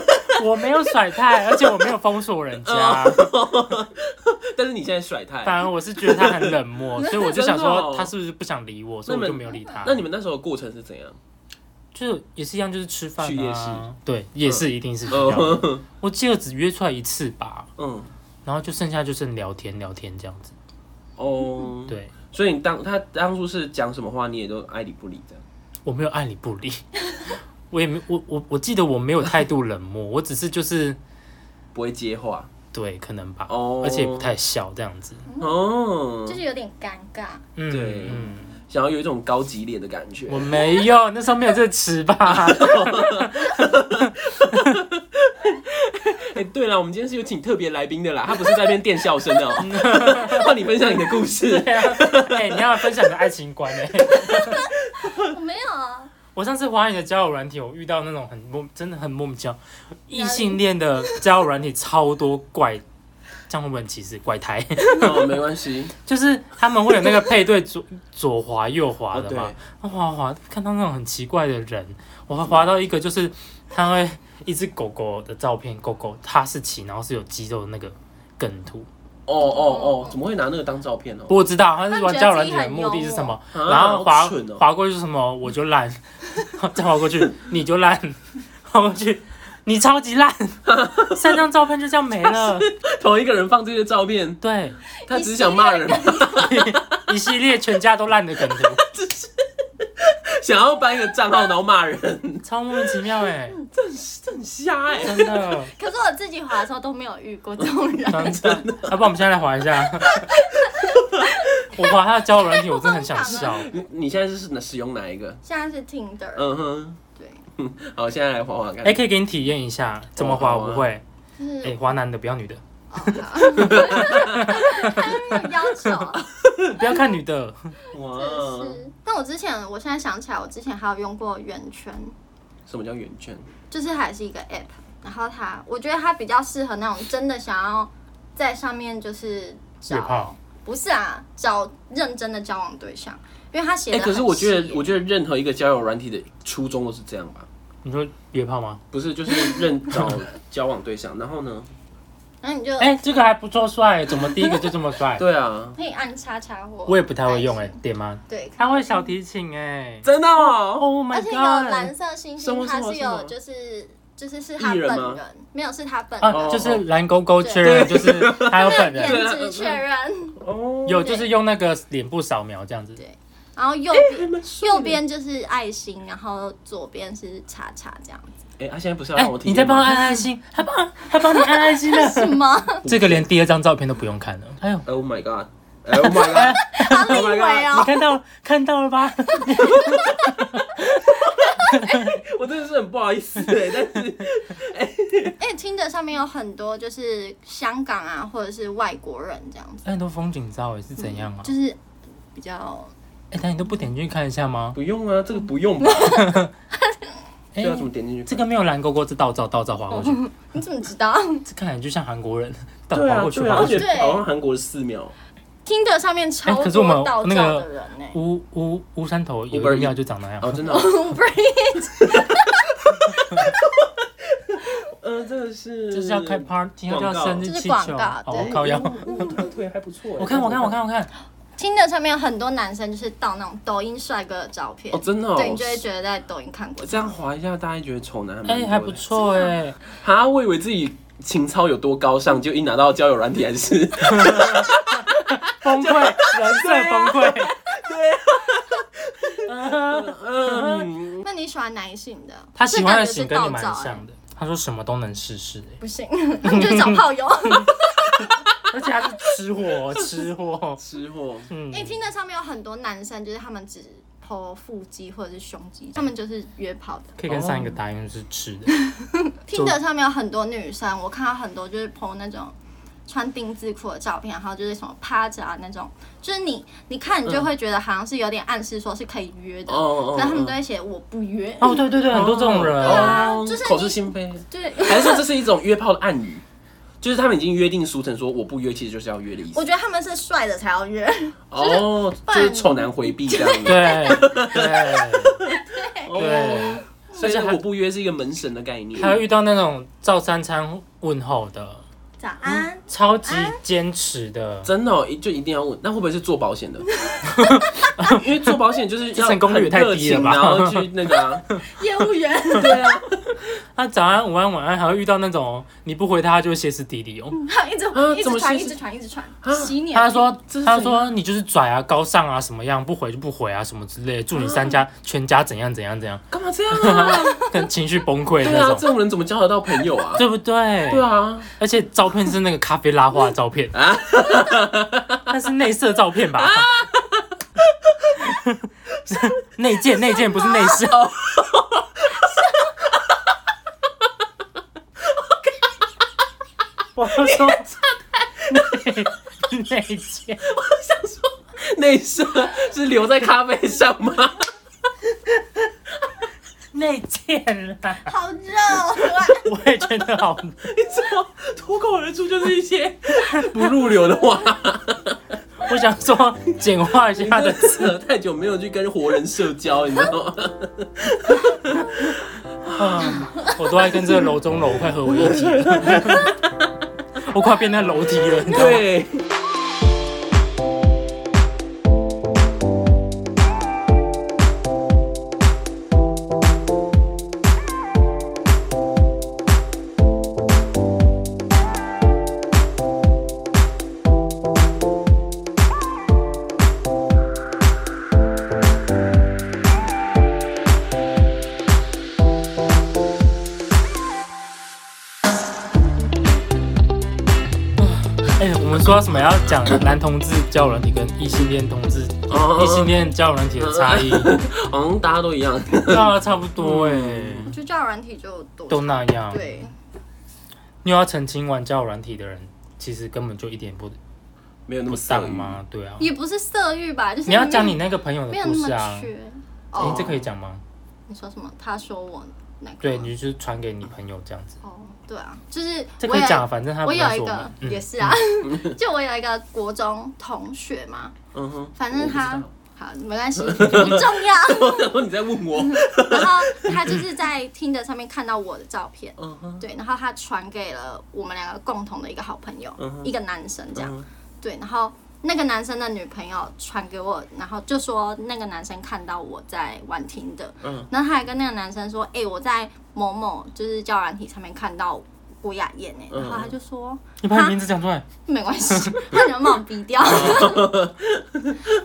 S1: 我没有甩态，而且我没有封锁人家。
S2: 嗯但是你现在甩太，
S1: 反而我是觉得他很 冷漠，所以我就想
S2: 真的哦
S1: 说他是不是不想理我，所以我就没有理他。
S2: 那你们那时候的过程是怎样？
S1: 就是也是一样，就是吃饭、啊、
S2: 去夜市，
S1: 对，夜市一定是比较。
S2: 嗯
S1: 我记得只约出来一次吧，
S2: 嗯
S1: 然后就剩下就是聊天聊天这样子。
S2: 哦，
S1: 对
S2: 所以你当他当初是讲什么话，你也都爱理不理的。
S1: 我没有爱理不理， 我也没我我我记得我没有态度冷漠， 我只是就是
S2: 不会接话
S1: 对，可能吧，
S2: 哦
S1: 而且也不太笑这样子。
S2: 哦
S3: 嗯就，是有点尴尬。
S1: 嗯，
S2: 对
S1: 嗯，
S2: 想要有一种高级脸的感觉
S1: 我。没有，那时候没有这个词吧？
S2: 哎、对了，我们今天是有请特别来宾的啦，他不是在那边电笑声的哦、 换你分享你的故事。
S1: 对啊，哎、你要分享你的爱情观哎、
S3: 我没有啊，
S1: 我上次滑你的交友软体，我遇到那种很莫，真的很莫名其妙，异性恋的交友软体超多怪，这样会不会很歧视？怪胎，
S2: 哦，没关系。
S1: 就是他们会有那个配对左左滑右滑
S2: 哦，
S1: 的
S2: 对，
S1: 嘛，我滑滑看到那种很奇怪的人，我还滑到一个就是他会一只狗狗的照片，狗狗哈士奇，然后是有肌肉的那个梗图，
S2: 哦哦哦，怎么会拿那个当照片哦、
S1: 我知道他是玩
S3: 他们觉得
S1: 交友软体
S3: 自
S1: 的
S3: 己很
S1: 目的是什么，
S2: 幽默
S1: 然后
S2: 啊
S1: 滑
S2: 好蠢哦
S1: 滑过去是什么我就烂， 再滑过去你就烂，滑过去你超 级烂，三张照片就这样没了。
S2: 同一个人放这些照片，
S1: 对，
S2: 他只是想骂 人吗，
S1: 一系列全家都烂的梗图，
S2: 想要办一个账号然后骂 人，
S1: 超莫名其妙哎、
S2: 这很瞎哎、
S1: 真的
S3: 可是我自己滑的时候都没有遇过这种人。
S1: 真的。啊要不然我们现在来滑一下。 我滑他的交友软体，我真的很想笑。
S2: 你你现在是使用哪一个？
S3: 现在是 Tinder，
S2: 嗯哼，
S3: 对，
S2: 好，现在来滑滑看。
S1: 哎、可以给你体验一下怎么滑，
S2: 哦好啊
S1: 我不会。
S3: 就
S1: 哎、
S3: 是
S1: 滑男的，不要 女的，
S3: 还没有要求。
S1: 不要看女的。
S2: 哇，
S3: 是，但我之前，我现在想起来，我之前还有用过圆圈，
S2: 什么叫圆圈？
S3: 就是还是一个 app，然后它，我觉得它比较适合那种真的想要在上面就是
S1: 约
S3: 找，
S1: 炮。
S3: 不是啊，找认真的交往对象，因为它写
S2: 哎、
S3: 的、
S2: 可是我觉得，我觉得任何一个交友软体的初衷都是这样吧，
S1: 你说约 炮吗？
S2: 不是就是认找交往对象，然后呢？
S3: 然后你就
S1: 哎、这个还不错，帅，怎么第一个就这 么帅？
S2: 对啊，
S3: 可以按叉叉或，
S1: 我也不太会用哎、
S3: 爱心，
S1: 点吗？
S3: 对，
S1: 他会小提琴哎、
S2: 真的哦，
S1: Oh
S3: 而
S1: my
S3: 且有蓝
S1: god！
S3: 色星
S2: 什么什
S3: 星，
S2: 么
S3: 它是
S2: 什
S3: 有
S2: 么
S3: 就是就是是他
S2: 艺
S3: 本
S2: 人吗
S3: 人，没有是他本人，
S1: 啊，就是蓝勾勾确认，就是还有本人
S2: 哦 对啊
S3: 颜值确认，
S2: 哦，
S1: 有，就是用那个脸部扫描这样子。
S3: 对然后右
S2: 还
S3: 边
S2: 蛮帅的
S3: 右，边就是爱心，然后左边是叉叉这样 子，
S2: 哎、他、现在不是要
S1: 哎、
S2: 让我听吗？
S1: 你在帮他按爱心，他帮他帮你按爱 心了。
S3: 什么？
S1: 这个连第二张照片都不用看了。哎呦，
S2: ？Oh my god！Oh my god！
S3: 好立伟
S1: 你
S3: 哦，
S1: 看到看到了 吧？哎
S2: 我真的是很不好意思哎、但是
S3: 哎，听着上面有很多就是香港啊，或者是外国人这样子，
S1: 很多风景照也是怎样啊？
S3: 就是比较
S1: 哎，但你都不点进去看一下吗？
S2: 不用啊，这个不用吧？
S1: 哎
S2: 这，要怎么点进去？
S1: 这个没有蓝勾勾，这倒照倒照划过去，
S3: 你怎么知道？
S1: 这看起来就像韩国人，倒
S2: 对
S1: 划
S2: 啊，
S1: 过去
S2: 对啊，
S1: 划
S2: 而
S1: 过去
S2: 且。
S3: 对
S2: 好像韩国的寺庙，
S3: 听着上面超
S1: 哎可是我们
S3: 多道
S1: 那
S3: 教
S1: 个
S3: 的人欸呢、
S1: 乌乌乌山头有一个庙就长那样
S2: 哦，，真的哦、
S3: 不是
S2: 嗯、这个是
S1: 就是要开 party，要
S2: 广告
S1: 叫生日气
S3: 这是
S1: 球，
S3: 广告
S1: 好
S3: 对
S1: 高腰。
S2: 哦这个腿还不错哎。
S1: 我看我看我看我看，
S3: 听着上面有很多男生就是盗那种抖音帅哥的照片，
S2: 哦，真的哦，
S3: 对你就会觉得在抖音看过
S2: 我。这样划一下，大家觉得丑男还蛮多
S1: 哎
S2: 的
S1: 还不。错哎，
S2: 哈，我以为自己情操有多高尚，就一拿到交友软体还是
S1: 崩溃，人设崩溃。对
S2: 嗯，
S3: 那你喜欢哪一型的？
S1: 他喜欢的型
S3: 这
S1: 跟
S3: 感
S1: 你
S3: 觉是
S1: 蛮
S3: 道照、哎
S1: 像的，他说什么都能试试 哎。
S3: 不行，他们就是找炮友。
S1: 而且他是吃货，吃货。
S2: 吃货。
S1: 嗯
S3: 哎、，听着上面有很多男生，就是他们只剖腹肌或者是胸肌，他们就是约炮的。
S1: 可以跟上一个答案是吃的。
S3: 听着上面有很多女生，我看到很多就是剖那种穿丁字裤的照片，然后就是什么趴着啊那种，就是你你看你就会觉得好像是有点暗示说是可以约的，
S2: 哦哦哦
S3: 但他们都会写我不约。
S1: 哦，
S2: 哦
S1: 对对对，很多这种人。
S3: 啊就是你
S2: 口是心非，
S3: 对，
S2: 还是说这是一种约炮的暗语？就是他们已经约定俗成，说我不约其实就是要约的意
S3: 我
S2: 思。
S3: 觉得他们是帅的才要约，
S2: 哦，
S3: 不
S2: 就
S3: 然
S2: 是丑男回避这 样子。
S1: 对对。
S2: 哦
S1: 对，
S2: 所以
S1: 而且还
S2: 我不约是一个门神的概念。
S1: 还有遇到那种照三餐问候的，
S3: 早安，
S1: 超级坚持的，
S2: 真的、哦、就一定要问，那会不会是做保险 的？因为做保险就是
S1: 这
S2: 要
S1: 成功率也太
S2: 很热
S1: 低了
S2: 情，
S1: 吧
S2: 然后去那个、啊，
S3: 业务员，
S2: 对啊，
S1: 他早安、午安、晚安，还会遇到那种你不回他他就会歇斯底里哦。
S3: 他一直
S2: 啊
S3: 一
S2: 怎么
S3: 直传，
S2: 是
S3: 一直传，一直传，
S2: 啊
S3: 洗脸。
S1: 他说
S2: 这是
S1: 他
S2: 怎样
S1: 说你就是拽啊、高尚啊什么样，不回就不回啊什么之类的，祝你三家全家怎样怎样怎样，
S2: 干嘛这样啊？
S1: 很情绪崩溃的
S2: 对啊
S1: 那，
S2: 这
S1: 种，
S2: 种人怎么交得到朋友啊？
S1: 对不对？
S2: 对。啊，
S1: 而且照片是那个咖啡拉花的照片， 那是内射照片吧？内建内建不是内射，我说内内建，
S2: 内射是留在咖啡上吗？
S1: 内建啦，
S3: 好热哦，
S1: 我也觉得好，
S2: 你怎么脱口而出就是一些 不入流的 话？
S1: 我想说简化一下
S2: 他
S1: 它
S2: 的
S1: 的
S2: 扯太久没有去跟活人社交，你知道吗？
S1: 啊！我都在跟这个楼中楼快合为一体了，我快变成楼梯了，你知道吗？
S2: 对。
S1: 哎、我们说到什么要讲男同志交友软体跟异性恋同志、
S2: 哦
S1: 异性恋交友软体的差异，
S2: 好像大家都一样。
S1: 那差不多哎、
S2: 嗯
S3: 就叫软体就多
S1: 都那样。
S3: 对，
S1: 你有要澄清玩交友软体的人，其实根本就一点不
S2: 没有那
S1: 不
S2: 么色
S1: 上
S2: 欲？
S1: 吗？对啊，
S3: 也不是色欲吧，就是
S1: 你要讲你
S3: 没
S1: 那个朋友的
S3: 没有
S1: 故
S3: 那
S1: 事
S3: 么
S1: 啊。
S3: 缺。
S1: 哎、
S3: 哦，
S1: 这可以讲吗？
S3: 你说什么？他说我那个吗，
S1: 对，你就是传给你朋友这样子，
S3: 哦，对啊，就是
S1: 这
S3: 我
S1: 可以
S3: 有
S1: 讲啊，反正他不
S3: 我有
S1: 要
S3: 一
S1: 说
S3: 个
S1: 们。嗯
S3: 也是啊， 就我有一个国中同学嘛，
S2: 嗯哼，
S3: 反正他
S2: 我不
S3: 好没关系，不重要。
S2: 知道。我想说哦你在问我。
S3: 然后他就是在听的上面看到我的照片，
S2: 嗯哼，
S3: 对，然后他传给了我们两个共同的一个好朋友，
S2: 嗯哼
S3: 一个男生这样，
S2: 嗯
S3: 对，然后。那个男生的女朋友传给我，然后就说那个男生看到我在玩听的，
S2: 嗯
S3: 然后他还跟那个男生说：“哎、我在某某就是交友软体上面看到郭雅燕哎、
S2: 嗯
S3: 然后他就说：“
S1: 你把你名字讲出来，
S3: 没关系，他能把我逼掉。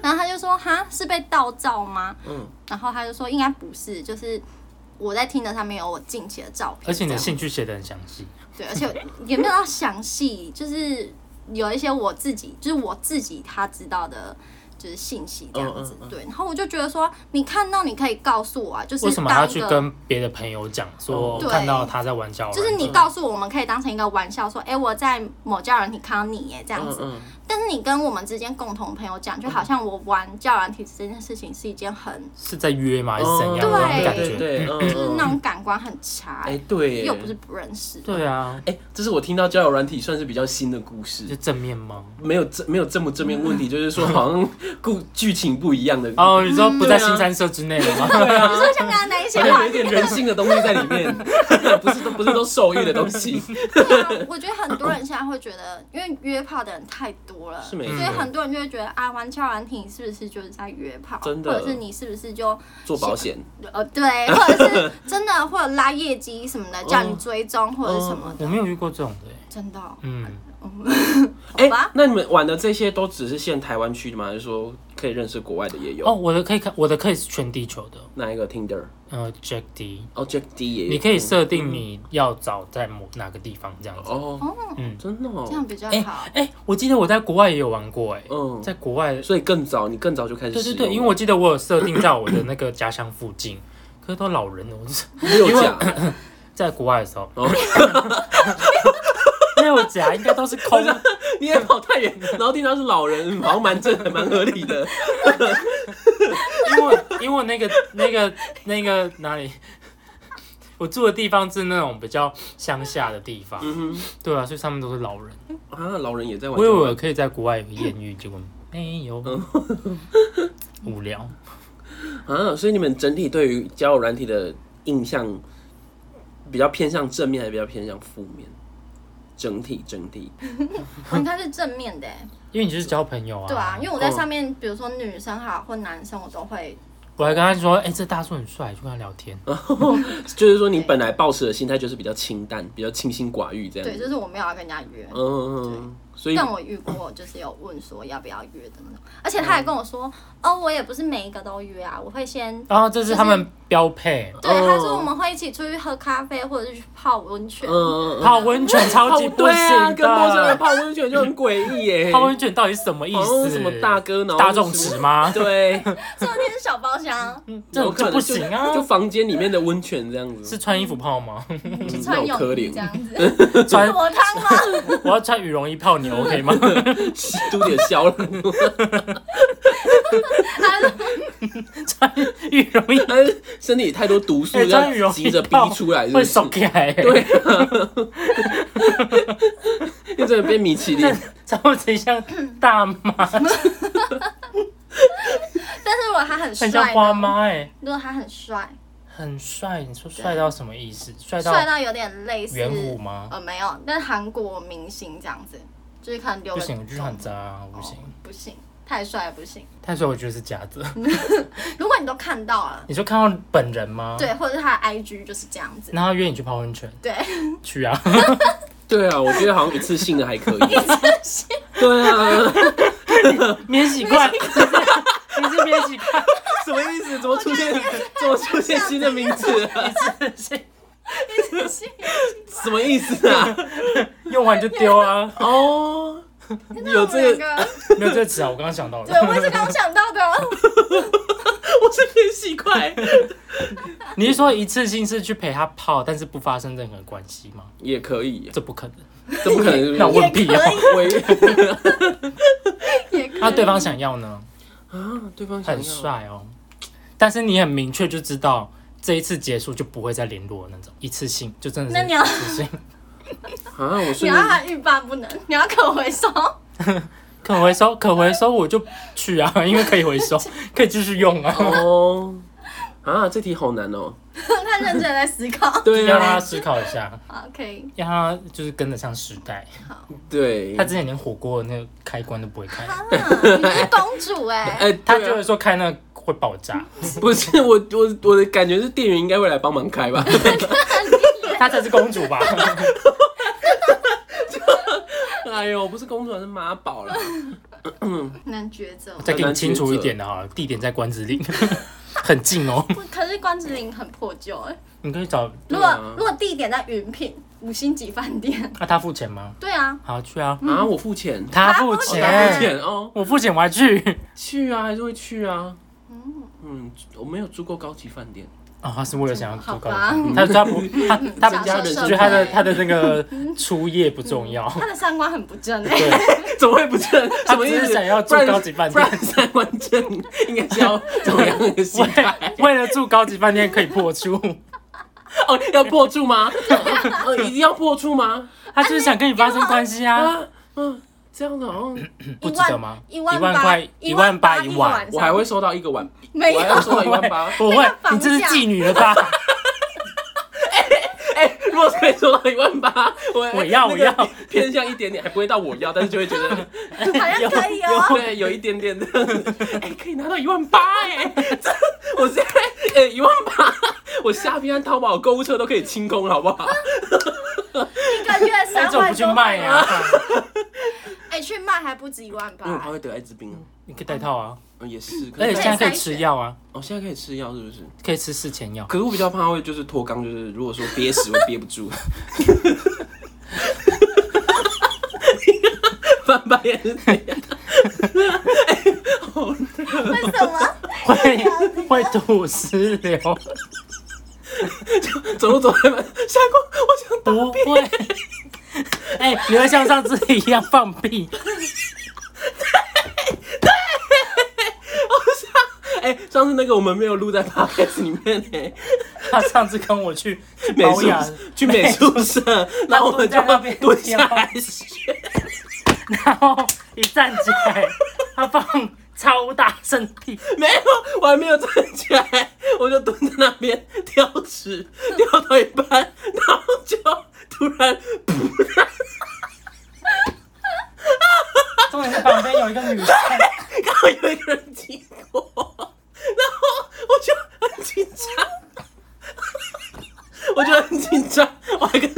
S3: 然后他就说：“哈，是被盗照吗
S2: 嗯，？”
S3: 然后他就说：“应该不是，就是我在听的上面有我近期的照片，
S1: 而且你的
S3: 这样
S1: 兴趣写的很详细，
S3: 对，而且也没有到详细，就是有一些我自己，就是我自己他知道的。”就是信息这样子
S2: 嗯嗯嗯
S3: 对，然后我就觉得说，你看到你可以告诉我啊，就是
S1: 为什么还要
S3: 当一
S1: 去
S3: 个
S1: 跟别的朋友讲说
S3: 对
S1: 看到他在玩交友
S3: 就是
S1: 软体？
S3: 你告诉我们可以当成一个玩笑，说，哎、我在某教软体看到你耶，这样
S2: 嗯
S3: 子。
S2: 嗯，
S3: 但是你跟我们之间共同朋友讲，就好像我玩教软体这件事情是一件很，
S1: 是在约吗？还是
S2: 哦
S1: 怎样？这
S3: 对
S1: 种感
S2: 对
S1: 觉。
S2: 对，嗯
S3: 就是那种感官很差、
S2: 哎
S3: 欸，
S2: 对耶，
S3: 又不是不认识。
S1: 对啊，
S2: 哎，这是我听到交友软体算是比较新的故事
S1: 就。正面吗？
S2: 没有这没有这么正面问题，就是说好像故剧情不一样的，好
S1: 嗯哦，你说不在新三社之内了吗？
S3: 你说像刚刚那一些
S2: 像
S3: 话
S2: 有一，点人性的东西在里面，不是都不是都受欲的东 西，
S3: 对啊，我觉得很多人现在会觉得，因为约炮的人太多了，
S2: 是
S3: 所
S2: 没
S3: 以
S2: 错
S3: 很多人就会觉得啊，玩教软体是不是就是在约炮，
S2: 真的
S3: 或者是你是不是就
S2: 做保险，
S3: 呃对，或者是真的或者拉业绩什么 的，
S2: 嗯
S3: 叫你追踪或者是什么
S1: 我
S3: 的，
S1: 没有遇过这种的欸。
S3: 真的哦、
S1: 嗯，
S2: 哎
S3: 好吧，
S2: 那你们玩的这些都只是限台湾区的吗？还是说可以认识国外的也有？
S1: 哦，我的可以看，我的可以是全地球的。
S2: 哪一个 Tinder？
S1: 呃，Jack D，
S2: 哦，Jack D 也有，
S1: 你可以设定你要找在某哪个地方这样子。
S2: 哦，
S3: 哦，
S1: 嗯，
S2: 真的
S3: 这
S2: 哦，
S3: 样比较
S1: 哎
S3: 好。
S1: 哎，我记得我在国外也有玩过，哎，
S2: 嗯，
S1: 在国外，
S2: 所以更早，你更早就开始
S1: 对
S2: 使
S1: 对
S2: 用，
S1: 对，因为我记得我有设定在我的那个家乡附近，可是都老人了，我就是
S2: 六甲，
S1: 在国外的时候，
S2: 哦
S1: 六甲应该都是空的。
S2: 你也跑太远，然后听到是老人，好像蛮正的，蛮合理的。
S1: 因为因为那个那个那个哪里，我我住的地方是那种比较乡下的地方，
S2: 嗯
S1: 对啊，所以他们都是老人。
S2: 哼，啊，老人也在玩
S1: 我以
S2: 交
S1: 为
S2: 换
S1: 我可以在国外有艳遇，结果没 有，无聊。
S2: 啊，所以你们整体对于交友软体的印象比较偏向正面，还是比较偏向负面？整体整体，
S3: 我应该是正面的欸、
S1: 因为你就是交朋友啊，
S3: 对啊，因为我
S2: 嗯
S3: 在上面，比如说女生好或男生，我都会
S1: 我还跟他说，哎、这大叔很帅，就跟他聊天。
S2: 嗯就是说你本来抱持的心态就是比较清淡，比较清心寡欲这样
S3: 对，
S2: 子。
S3: 就是我没有要跟人家约。
S2: 嗯嗯嗯，所以
S3: 但我遇过，就是有问说要不要约的那种，而且他
S2: 嗯
S3: 还跟我说，哦，我也不是每一个都约啊，我会先，
S1: 然后这是他们标配，
S3: 对，
S2: 哦
S3: 他说我们会一起出去喝咖啡，或者是去泡温泉
S2: 嗯，嗯嗯，
S1: 泡温泉超级不
S2: 对啊，
S1: 行
S2: 跟陌生人
S1: 的。
S2: 泡温泉就很诡异耶。
S1: 泡温泉到底是什么意
S2: 好像
S1: 思？
S2: 是什么大哥然后
S1: 大众 池吗？
S2: 对，
S3: 这天是小包厢，
S1: 这
S2: 有
S1: 种
S2: 可
S1: 就
S2: 能
S1: 不行啊
S2: 就！房间里面的温泉这样子
S1: 是，穿衣服 泡吗？
S3: 去
S2: 嗯
S3: 穿
S2: 那有
S3: 泳
S2: 可
S3: 衣
S2: 怜
S3: 这样 子，
S1: 穿
S3: 我汤吗？
S1: 我要穿羽绒衣泡你 OK 吗？
S2: 都点消了。
S3: 他说
S1: 穿羽绒衣
S2: 但是身体太多毒 素
S1: 哎
S2: 要
S1: 穿羽绒衣
S2: 急着逼
S1: 泡
S2: 出来，是
S1: 会
S2: 不是
S1: 手？起来、欸，
S2: 对，啊，又真的变米其林，
S1: 超级像大妈，
S3: 但是如果他很帅
S1: 很
S3: 呢，
S1: 像花妈哎、欸，
S3: 如果他很帅，
S1: 很帅。你说帅到什么意思？帅到
S3: 帅到有点类似
S1: 圆舞吗？
S3: 呃，没有，但是韩国明星这样子，就是可能留
S1: 不
S3: 了
S1: 行，我就是很渣、啊，我
S3: 哦
S1: 不行。
S3: 不行，太帅了不行。
S1: 但是我觉得是假的。
S3: 如果你都看到了，
S1: 你就看到本人吗？。
S3: 对，或者是他的 IG 就是这样 子，
S1: 然后约你去泡温泉，
S3: 对，
S1: 去啊！
S2: 对啊，我觉得好像一次性的还可以，对啊，
S1: 免洗筷，你是你是免洗筷，
S2: 什么意思？怎么出现怎么出现新的名字啊？ 什么意思啊？
S1: 用完就丢啊！
S2: 哦，有
S3: 那我
S2: 这
S3: 们
S2: 个，
S3: 两个，
S1: 没有这个词啊，我刚刚想到
S3: 对
S1: 了。
S3: 我也是刚想到的，哦
S2: 我是偏西快，
S1: 你是说一次性是去陪他泡，但是不发生任何关系吗？
S2: 也可以，
S1: 这不可能。
S2: 怎么可 能？
S1: 那我
S3: 也
S1: 问
S3: 可以
S2: 哦
S1: 屁啊！
S2: 我
S3: 也可以
S1: 那对方想要呢？
S2: 啊，对方想
S1: 很
S2: 要，
S1: 帅哦，但是你很明确就知道这一次结束就不会再联络那种，一次性就真的
S3: 那
S1: 是
S3: 你要
S1: 一次性。
S2: 啊，我
S3: 你
S2: 瞬
S3: 要
S2: 间
S3: 他欲罢不能，你要可回收，
S1: 可回收可回收我就去啊，因为可以回收，可以继续用啊。
S2: 哦，啊，这题好难哦，
S3: 他认真地在思考。
S2: 对
S1: 让他
S2: 啊，
S1: 思考一下，
S3: 好，可以，
S1: 让他就是跟得上时代。
S2: 对
S1: 他，之前连火锅的那个开关都不会开，
S3: 啊，你是公主哎，
S2: 哎，
S1: 他
S2: 对啊
S1: 就会说开那个会爆炸，
S2: 不是我我我的感觉是店员应该会来帮忙开吧。
S1: 他才是公主吧？
S2: 哎呦，不是公主，是妈宝了。
S3: 难抉择。
S1: 再给你清楚一点的好了，地点在关子岭， 很近哦，
S3: 不可是关之琳很破旧哎，
S1: 你可以找。
S3: 如
S2: 对
S3: 果
S2: 啊
S3: 如果地点在云品五星级饭店，
S1: 那、他付钱吗？
S3: 对啊，
S1: 好去啊，
S2: 啊，我付钱，
S1: 他付
S3: 付
S2: 哦
S1: 钱，
S2: 他付钱哦，
S1: 我付钱我还去。
S2: 去啊，还是会去啊。嗯，我没有住过高级饭店，
S1: 啊、他是为了想要足够的
S3: 好吧
S1: 他他 不他他比较
S3: 享
S2: 受
S1: 觉得他的
S3: 社会
S1: 他的那个初夜不重要，
S3: 他的三观很不正哎。
S1: 对，
S2: 怎么会不正？
S1: 他
S2: 什么
S1: 只
S2: 意
S1: 是
S2: 思？
S1: 想要住
S2: 不然
S1: 高级饭
S2: 不
S1: 店
S2: 然，三观正应该是要怎么样的心 态？
S1: 为了住高级饭店可以破处，
S2: 哦，要破处吗？ 哦，一定要破处吗？
S1: 他就是想跟你发生
S3: 哎
S1: 关系啊，
S2: 啊，嗯，这样的哦，
S1: 不值得吗？
S3: 一万
S1: 一万块
S3: 一
S1: 一万八
S3: 一
S1: 一
S3: 晚
S1: 晚
S3: 上，
S2: 我还会收到一个碗，
S3: 没 有
S2: 我还要收到一万八。
S1: 不会
S3: 那个，房
S1: 你这是
S3: 价
S1: 妓女了吧？
S2: 哎，如果可以收到一万八，我
S1: 我要
S2: 那个
S1: 我要
S2: 偏向一点点，还不会到我要，但是就会觉得。
S3: 好像可以哦。
S2: 对，有一点点的，哎、可以拿到一万八哎，这我现在哎一万八，我下边淘宝购物车都可以清空了，好不好？
S3: 一个月
S1: 那
S3: 三
S1: 这我不
S3: 万
S1: 去
S3: 多
S1: 卖
S3: 块
S1: 啊，
S3: 哎、去卖还不止一万
S2: 嗯，还
S3: 八，
S2: 会得艾滋病啊，
S1: 你可以戴套啊，
S2: 嗯也是，可
S1: 而且
S2: 是
S1: 现在可以
S3: 可以
S1: 吃药啊，
S2: 哦现在可以吃药是不是？
S1: 可以吃事前药。
S2: 可是我比较怕会就是脱肛，就是如果说憋死会憋不住。翻白眼是这样，
S3: 为什么？
S1: 会 会吐丝流，
S2: 走路走来吧，下光，我想
S1: 不会。哎、你会像上次一样放屁，
S2: 哎、上次那个我们没有录在 podcast 里面哎、
S1: 他上次跟我去
S2: 美
S1: 保
S2: 术
S1: 养
S2: 去美术社，然后我们就
S1: 他蹲在那边
S2: 蹲下来学。
S1: 然后一站起来，他放超大声屁，
S2: 没有，我还没有站起来，我就蹲在那边挑纸，挑到一半，然后就突然噗，
S1: 重点是旁边有一个女生，
S2: 然后有一个人经过，然后我就很紧张。我就很紧张，我还跟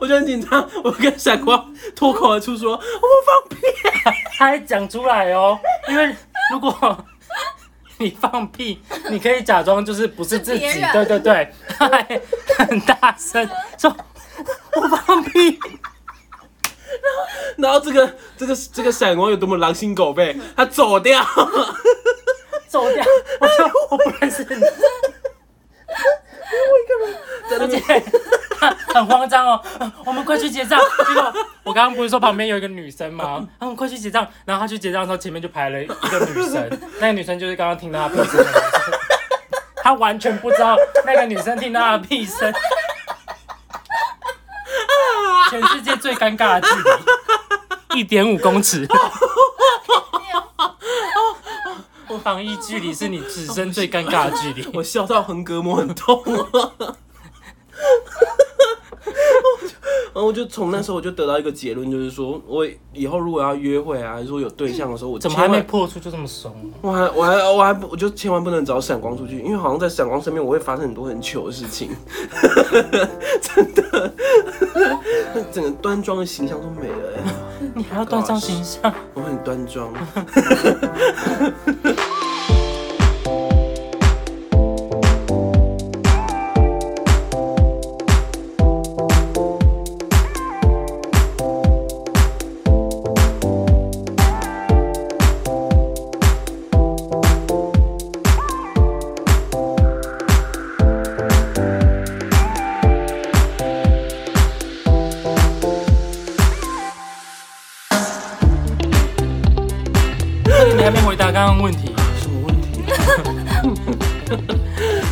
S2: 我就很紧张，我跟傻瓜脱口而出说：“我放屁。”
S1: 他还讲出来哦，因为如果。你放屁，你可以假装就是不是自己
S3: 是别，人
S1: 对对对，他还很大声说：“ 我放屁。”
S2: 然后这个这个这个闪光有多么狼心狗肺，他走掉，
S1: 走 掉。我说哎我不认识你，
S2: 在那
S1: 而且
S2: 边
S1: 他很慌张哦。 呃我们快去结账。结果我刚刚不是说旁边有一个女生 吗？他们快去结账，然后他去结账的时候，前面就排了一个女生，那个女生就是刚刚听到他屁声的女生，他完全不知道那个女生听到他的屁 声。全世界最尴尬的距离，一点五公 尺。防疫距离是你此生最尴尬的距离。
S2: 我笑到横膈膜很痛 啊。然后我就从那时候我就得到一个结论，就是说我以后如果要约会啊，还是说有对象的时候，我
S1: 怎么还
S2: 千万
S1: 没破处就这么怂、啊？
S2: 我还我还我还我就千万不能找闪光出去，因为好像在闪光身边我会发生很多很糗的事情， 真的， 那整个端庄的形象都没了、欸。
S1: 你还要断章形象？
S2: 我很端庄。
S1: 那 你还没回答刚刚问题，
S2: 什么问题？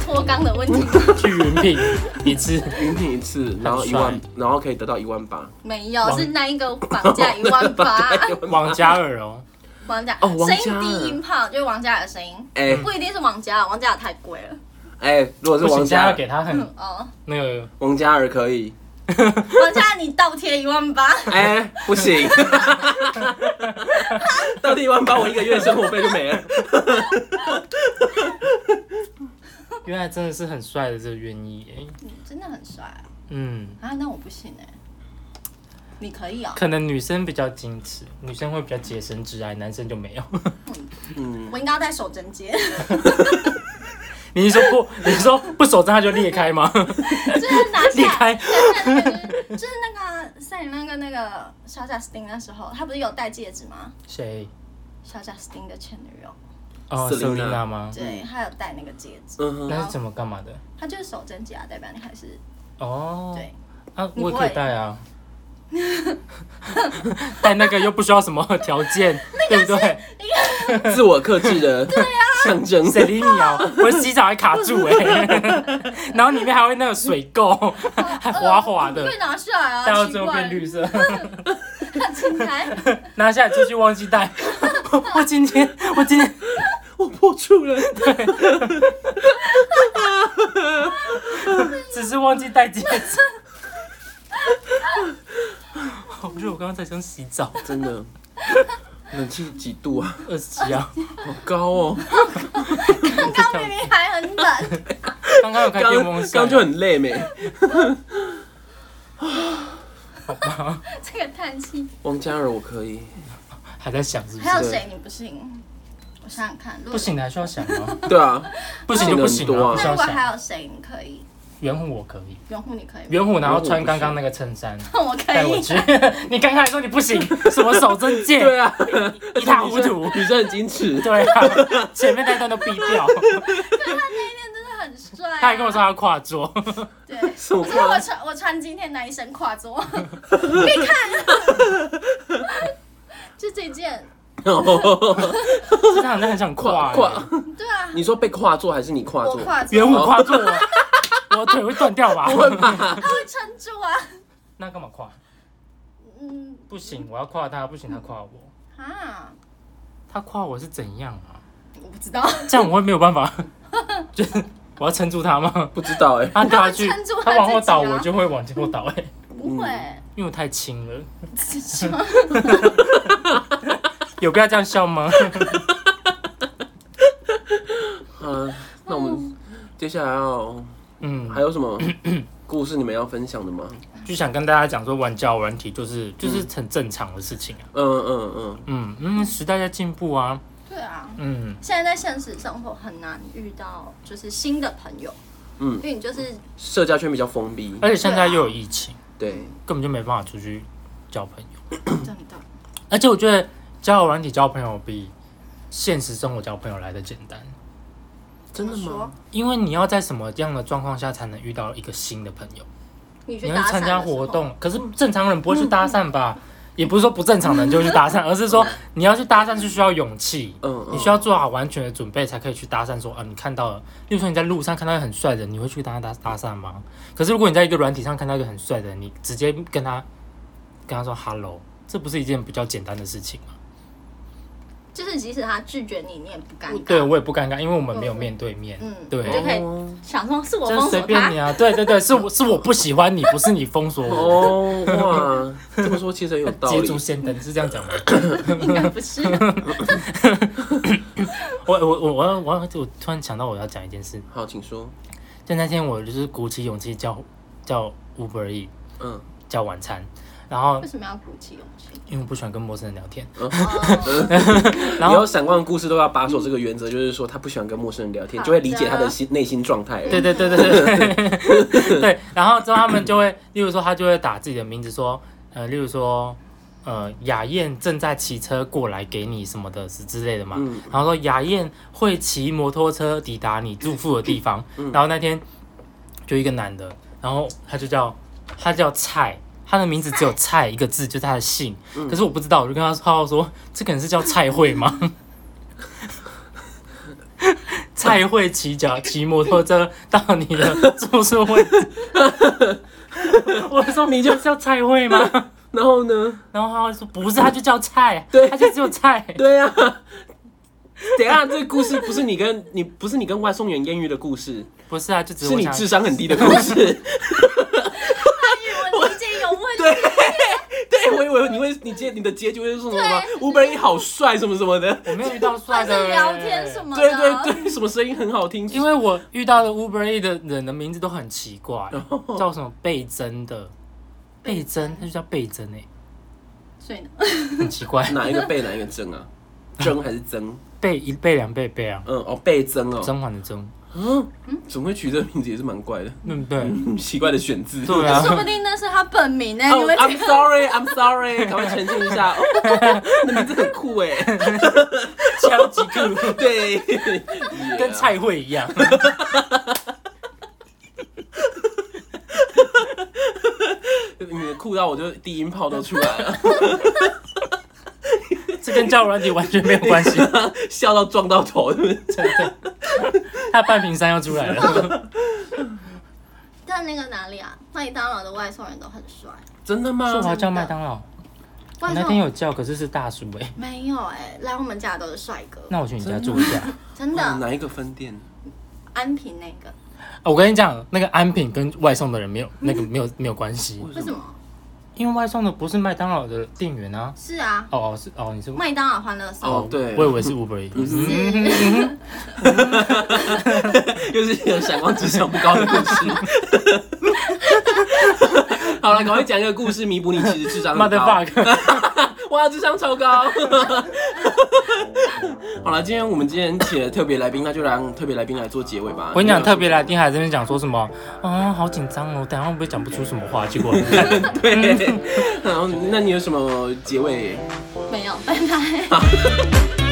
S3: 脱肛的 问题
S1: 去云品一 次，
S2: 云品一次，然后一万，然后可以得到一万八。
S3: 没有，是那一个绑架一万 八，
S1: 王嘉尔哦，
S3: 王嘉
S2: 哦王
S3: 声
S2: 嘉
S3: 音低音炮就是王嘉尔的声音，
S2: 哎
S3: 不一定是王嘉尔，王嘉尔太贵了。
S2: 哎，如果是
S1: 不
S2: 王
S1: 行，嘉
S2: 嘉
S1: 要
S2: 尔，嗯
S1: 给他很
S3: 哦，
S1: 那个，
S2: 王嘉尔可以。
S3: 王嘉尔你倒贴一万八，
S2: 哎，不行，到底一万八，我一个月生活费就没了。
S1: 原来真的是很帅的这个愿意耶，
S3: 嗯真的很帅啊！
S1: 嗯，
S3: 啊，那我不信哎，你可以哦，
S1: 可能女生比较矜持，女生会比较洁身自爱，男生就没有。
S2: 嗯，
S3: 我应该要戴手针接，
S1: 你是说不，你是说不手杖他就 裂开吗？
S2: 啊
S3: 就是拿
S1: 裂
S3: 下
S1: 开，
S3: 来。就是那个啊赛琳那个那个小贾斯汀那时候，他不是有戴戒指吗？
S1: 谁？
S3: 小贾斯汀的前女友，
S1: 哦，瑟
S2: Selena
S1: 琳娜吗？
S3: 对，他有戴那个戒指，
S2: 嗯哼，
S1: 那是怎么干嘛的？
S3: 他就是手针戒啊，代表你还是
S1: 哦，
S3: 对，
S1: 啊，
S3: 你
S1: 我也
S3: 不
S1: 可以
S3: 会
S1: 戴啊， 戴那个又不需要什么条件，对不对？
S2: 自我克制 的
S3: 啊
S2: 象征。
S1: 谁理你啊！我洗澡还卡住哎、 然后里面还会那个水垢， 还滑滑的
S3: 可，以拿下来
S1: 戴
S3: 啊，
S1: 到
S3: 奇
S1: 最后变
S3: 怪，
S1: 绿色，
S3: 他 进来，
S1: 拿下来出去忘记带。 我今天我今天
S2: 我破处了，
S1: 只是忘记带戒指。 好热，我刚刚才想洗澡，
S2: 真的。冷气几度啊？
S1: 二十七啊，
S2: 好高哦！
S3: 刚刚明明还 很冷，
S1: 刚刚有开
S2: 刚
S1: 电风
S2: 刚
S1: 扇
S2: 刚，就很累没？
S3: 这个叹气。
S2: 王嘉尔我可以，
S1: 还在想是不是？
S3: 还有谁你不信？我想想看，如
S1: 不
S3: 果
S1: 行的还需要想吗？
S2: 对啊，
S1: 不行就不行
S2: 很多
S1: 啊，
S2: 啊
S1: 不需要
S3: 那如果
S1: 想。
S3: 还有谁你可以？
S1: 圆弧我可以，
S3: 圆弧你可以吗？
S1: 圆弧然后穿刚刚那个衬衫。
S3: 那 我可
S1: 带我
S3: 以。
S1: 去， 你刚刚还说你不行，什么手真贱，
S2: 对啊，
S1: 一塌糊涂。
S2: 女生很矜持，
S1: 对啊，前面那段都逼掉，
S3: 真的很帅啊、
S1: 他还跟我说他要跨桌，
S3: 对，
S2: 什么
S3: 我说
S2: 话
S3: 我？穿我穿今天那一身跨桌， 你看， 就这件，
S1: 真的好像很想跨
S2: 跨跨
S1: 欸。，
S3: 对啊，
S2: 你说被跨坐还是你跨
S3: 我
S2: 坐？
S3: 跨
S1: 圆
S3: 桌，
S1: 舞跨坐，我我腿会断掉吧？
S2: 不会吧？
S3: 它会撑住啊。
S1: 那干嘛跨？
S3: 嗯，
S1: 不行，我要跨他，不行他跨我，
S3: 啊，
S1: 他跨我是怎样啊？
S3: 我不知道，
S1: 这样我会没有办法，就是我要撑住他 吗？
S2: 不知道 哎、
S1: 他掉下去
S3: 他会撑住，他
S1: 他往后倒，
S3: 自己啊
S1: 我就会往前后倒、哎，
S3: 不会，
S1: 因为我太轻了。
S3: 什
S1: 嗯
S3: 么
S1: 有必要这样笑吗？
S2: 嗯，那我们接下来要
S1: 嗯，
S2: 还有什么故事你们要分享的吗？
S1: 就想跟大家讲说，玩交友软体就是就是很正常的事情啊。
S2: 嗯嗯嗯，
S1: 嗯嗯，时代在进步啊。
S3: 对啊，
S1: 嗯，
S3: 现在在现实生活很难遇到就是新的朋友，
S2: 嗯
S3: 因为你就是
S2: 社交圈比较封闭，
S1: 而且现在又有疫情，
S2: 对，
S1: 根本就没办法出去交朋友。
S3: 真的，
S1: 而且我觉得交友软体交朋友比现实生活交朋友来的简单，
S2: 真的
S3: 怎么
S2: 吗
S3: 说？
S1: 因为你要在什么样的状况下才能遇到一个新的朋友？
S3: 你去
S1: 你
S3: 搭
S1: 要
S3: 讪
S1: 参加
S3: 的时候
S1: 活，动，可是正常人不会去搭讪吧？也不是说不正常的人就会去搭讪，而是说你要去搭讪是需要勇气。
S2: 嗯，嗯
S1: 你需要做好完全的准备才可以去搭讪，说啊，你看到了，例如说你在路上看到一个很帅的人，你会去跟他搭搭讪吗？可是如果你在一个软体上看到一个很帅的人，你直接跟他跟他说 hello，这不是一件比较简单的事情吗？
S3: 就是即使他拒绝你，你也不尴尬，
S1: 对，我也不尴尬，因为我们没有面对面，
S3: 嗯
S1: 对
S3: 你，就可以
S2: 哦
S3: 想说是我
S1: 真
S3: 封
S1: 随
S3: 锁
S1: 便
S3: 他
S1: 你，啊，对对对，是我是我不喜欢你，不是你封锁我。
S2: 哦哇，这么说其实很有道
S1: 捷
S2: 理。
S1: 足先登是这样讲吗？
S3: 应该不是，
S1: 我我我我要我要我突然想到我要讲一件事，
S2: 好，请说。
S1: 就那天我就是鼓起勇气叫叫 Uber E
S2: 嗯，
S1: 叫晚餐，然后
S3: 为什么要鼓起勇气？
S1: 因为我不喜欢跟陌生人聊天，
S3: 哦
S1: 然
S2: 以后
S1: 后
S2: 闪光的故事都要把守这个原则，就是说他不喜欢跟陌生人聊天，
S3: 好
S2: 就会理解他的心内心状态了。
S1: 对对对对对对，然后之后他们就会，例如说他就会打自己的名字说，呃，例如说。呃，雅燕正在骑车过来给你什么的之之类的嘛，
S2: 嗯
S1: 然后说雅燕会骑摩托车抵达你住宿的地方，然后那天就一个男的，然后他就叫他叫蔡，他的名字只有蔡一个字，就是他的姓，可是我不知道，我就跟他说说这个人是叫蔡慧吗？蔡慧骑脚骑摩托车到你的住宿位置。我说你就叫蔡慧吗？
S2: 然后呢？
S1: 然后他就说不是，他就叫蔡，
S2: 对
S1: 他就只有蔡。
S2: 对呀、啊。 等一下，这个故事不是你跟你不是你跟外送员艳遇的故事，
S1: 不是啊，就只有
S2: 是
S1: 我
S2: 你
S1: 想
S2: 智商很低的故 事。
S3: 语文理解有问题，
S2: 对，我以为你会你接你的结局会是什么吗？Uber E 好帅什么什么的。
S1: 我没有遇到
S3: 或
S1: 帅的
S3: 是
S1: 人
S3: 聊天什。么的，
S2: 对对对，什么声音很好听？，
S1: 因为我遇到的 Uber E 的人的名字都很奇怪，叫什么贝珍的，贝珍，他就叫贝珍哎、
S3: 所以呢，
S1: 很奇怪
S2: 哪一个贝哪一个曾啊？曾还是曾？
S1: 贝一贝两贝贝啊，
S2: 嗯，哦，贝曾哦。
S1: 甄嬛的甄，
S2: 嗯，怎么会取这个名字也是蛮怪的，嗯
S1: 对不对？
S2: 奇怪的选字。
S1: 对啊
S3: 说不定那是他本名呢，哎你
S2: 哦、
S3: 们
S2: i m sorry，I'm sorry，赶快澄清一下。哦，那名字很酷哎，
S1: 超级酷，
S2: 对，
S1: 跟蔡慧一样。
S2: 你酷到我就低音炮都出来了，
S1: 这跟交友软体完全没有关系。
S2: 笑到撞到 头，是不是？
S1: 真的，他半瓶山要出来 了。
S3: 但那个哪里啊？麦当劳的外送员都很帅，
S2: 真的
S3: 哦
S1: 是我
S2: 吗？
S1: 要叫麦当劳，我
S3: 外
S1: 那天
S3: 送
S1: 有叫，可是是大叔哎、
S3: 没有哎，来我们家的都是帅哥，
S1: 那我去你家住一下。
S3: 真
S2: 哦
S3: 的，
S2: 哪一个分店？
S3: 安平那个
S1: 我跟你讲，那个安品跟外送的人没有那个没有没有关系，
S3: 为什？么？
S1: 因为外送的不是麦当劳的店员啊。
S3: 是啊，
S1: 哦哦是哦你是
S3: 麦当劳欢乐颂。
S2: 哦，对，
S1: 我以为是 Uber Eats。 嗯
S2: 又是一个闪光指向不高的故事。 好了，赶快讲一个故事，弥补你其实智商很
S1: Mother
S2: 高。
S1: fuck！
S2: 哇，智商超高。 好了，今天我们今天请了特别来宾，那就让特别来宾来做结尾吧。
S1: 我跟你讲，特别来宾还在那边讲说什么啊，好紧张哦，等一下会不会讲不出什么话？结果
S2: 对，然后那你有什么结尾？
S3: 没有，拜拜。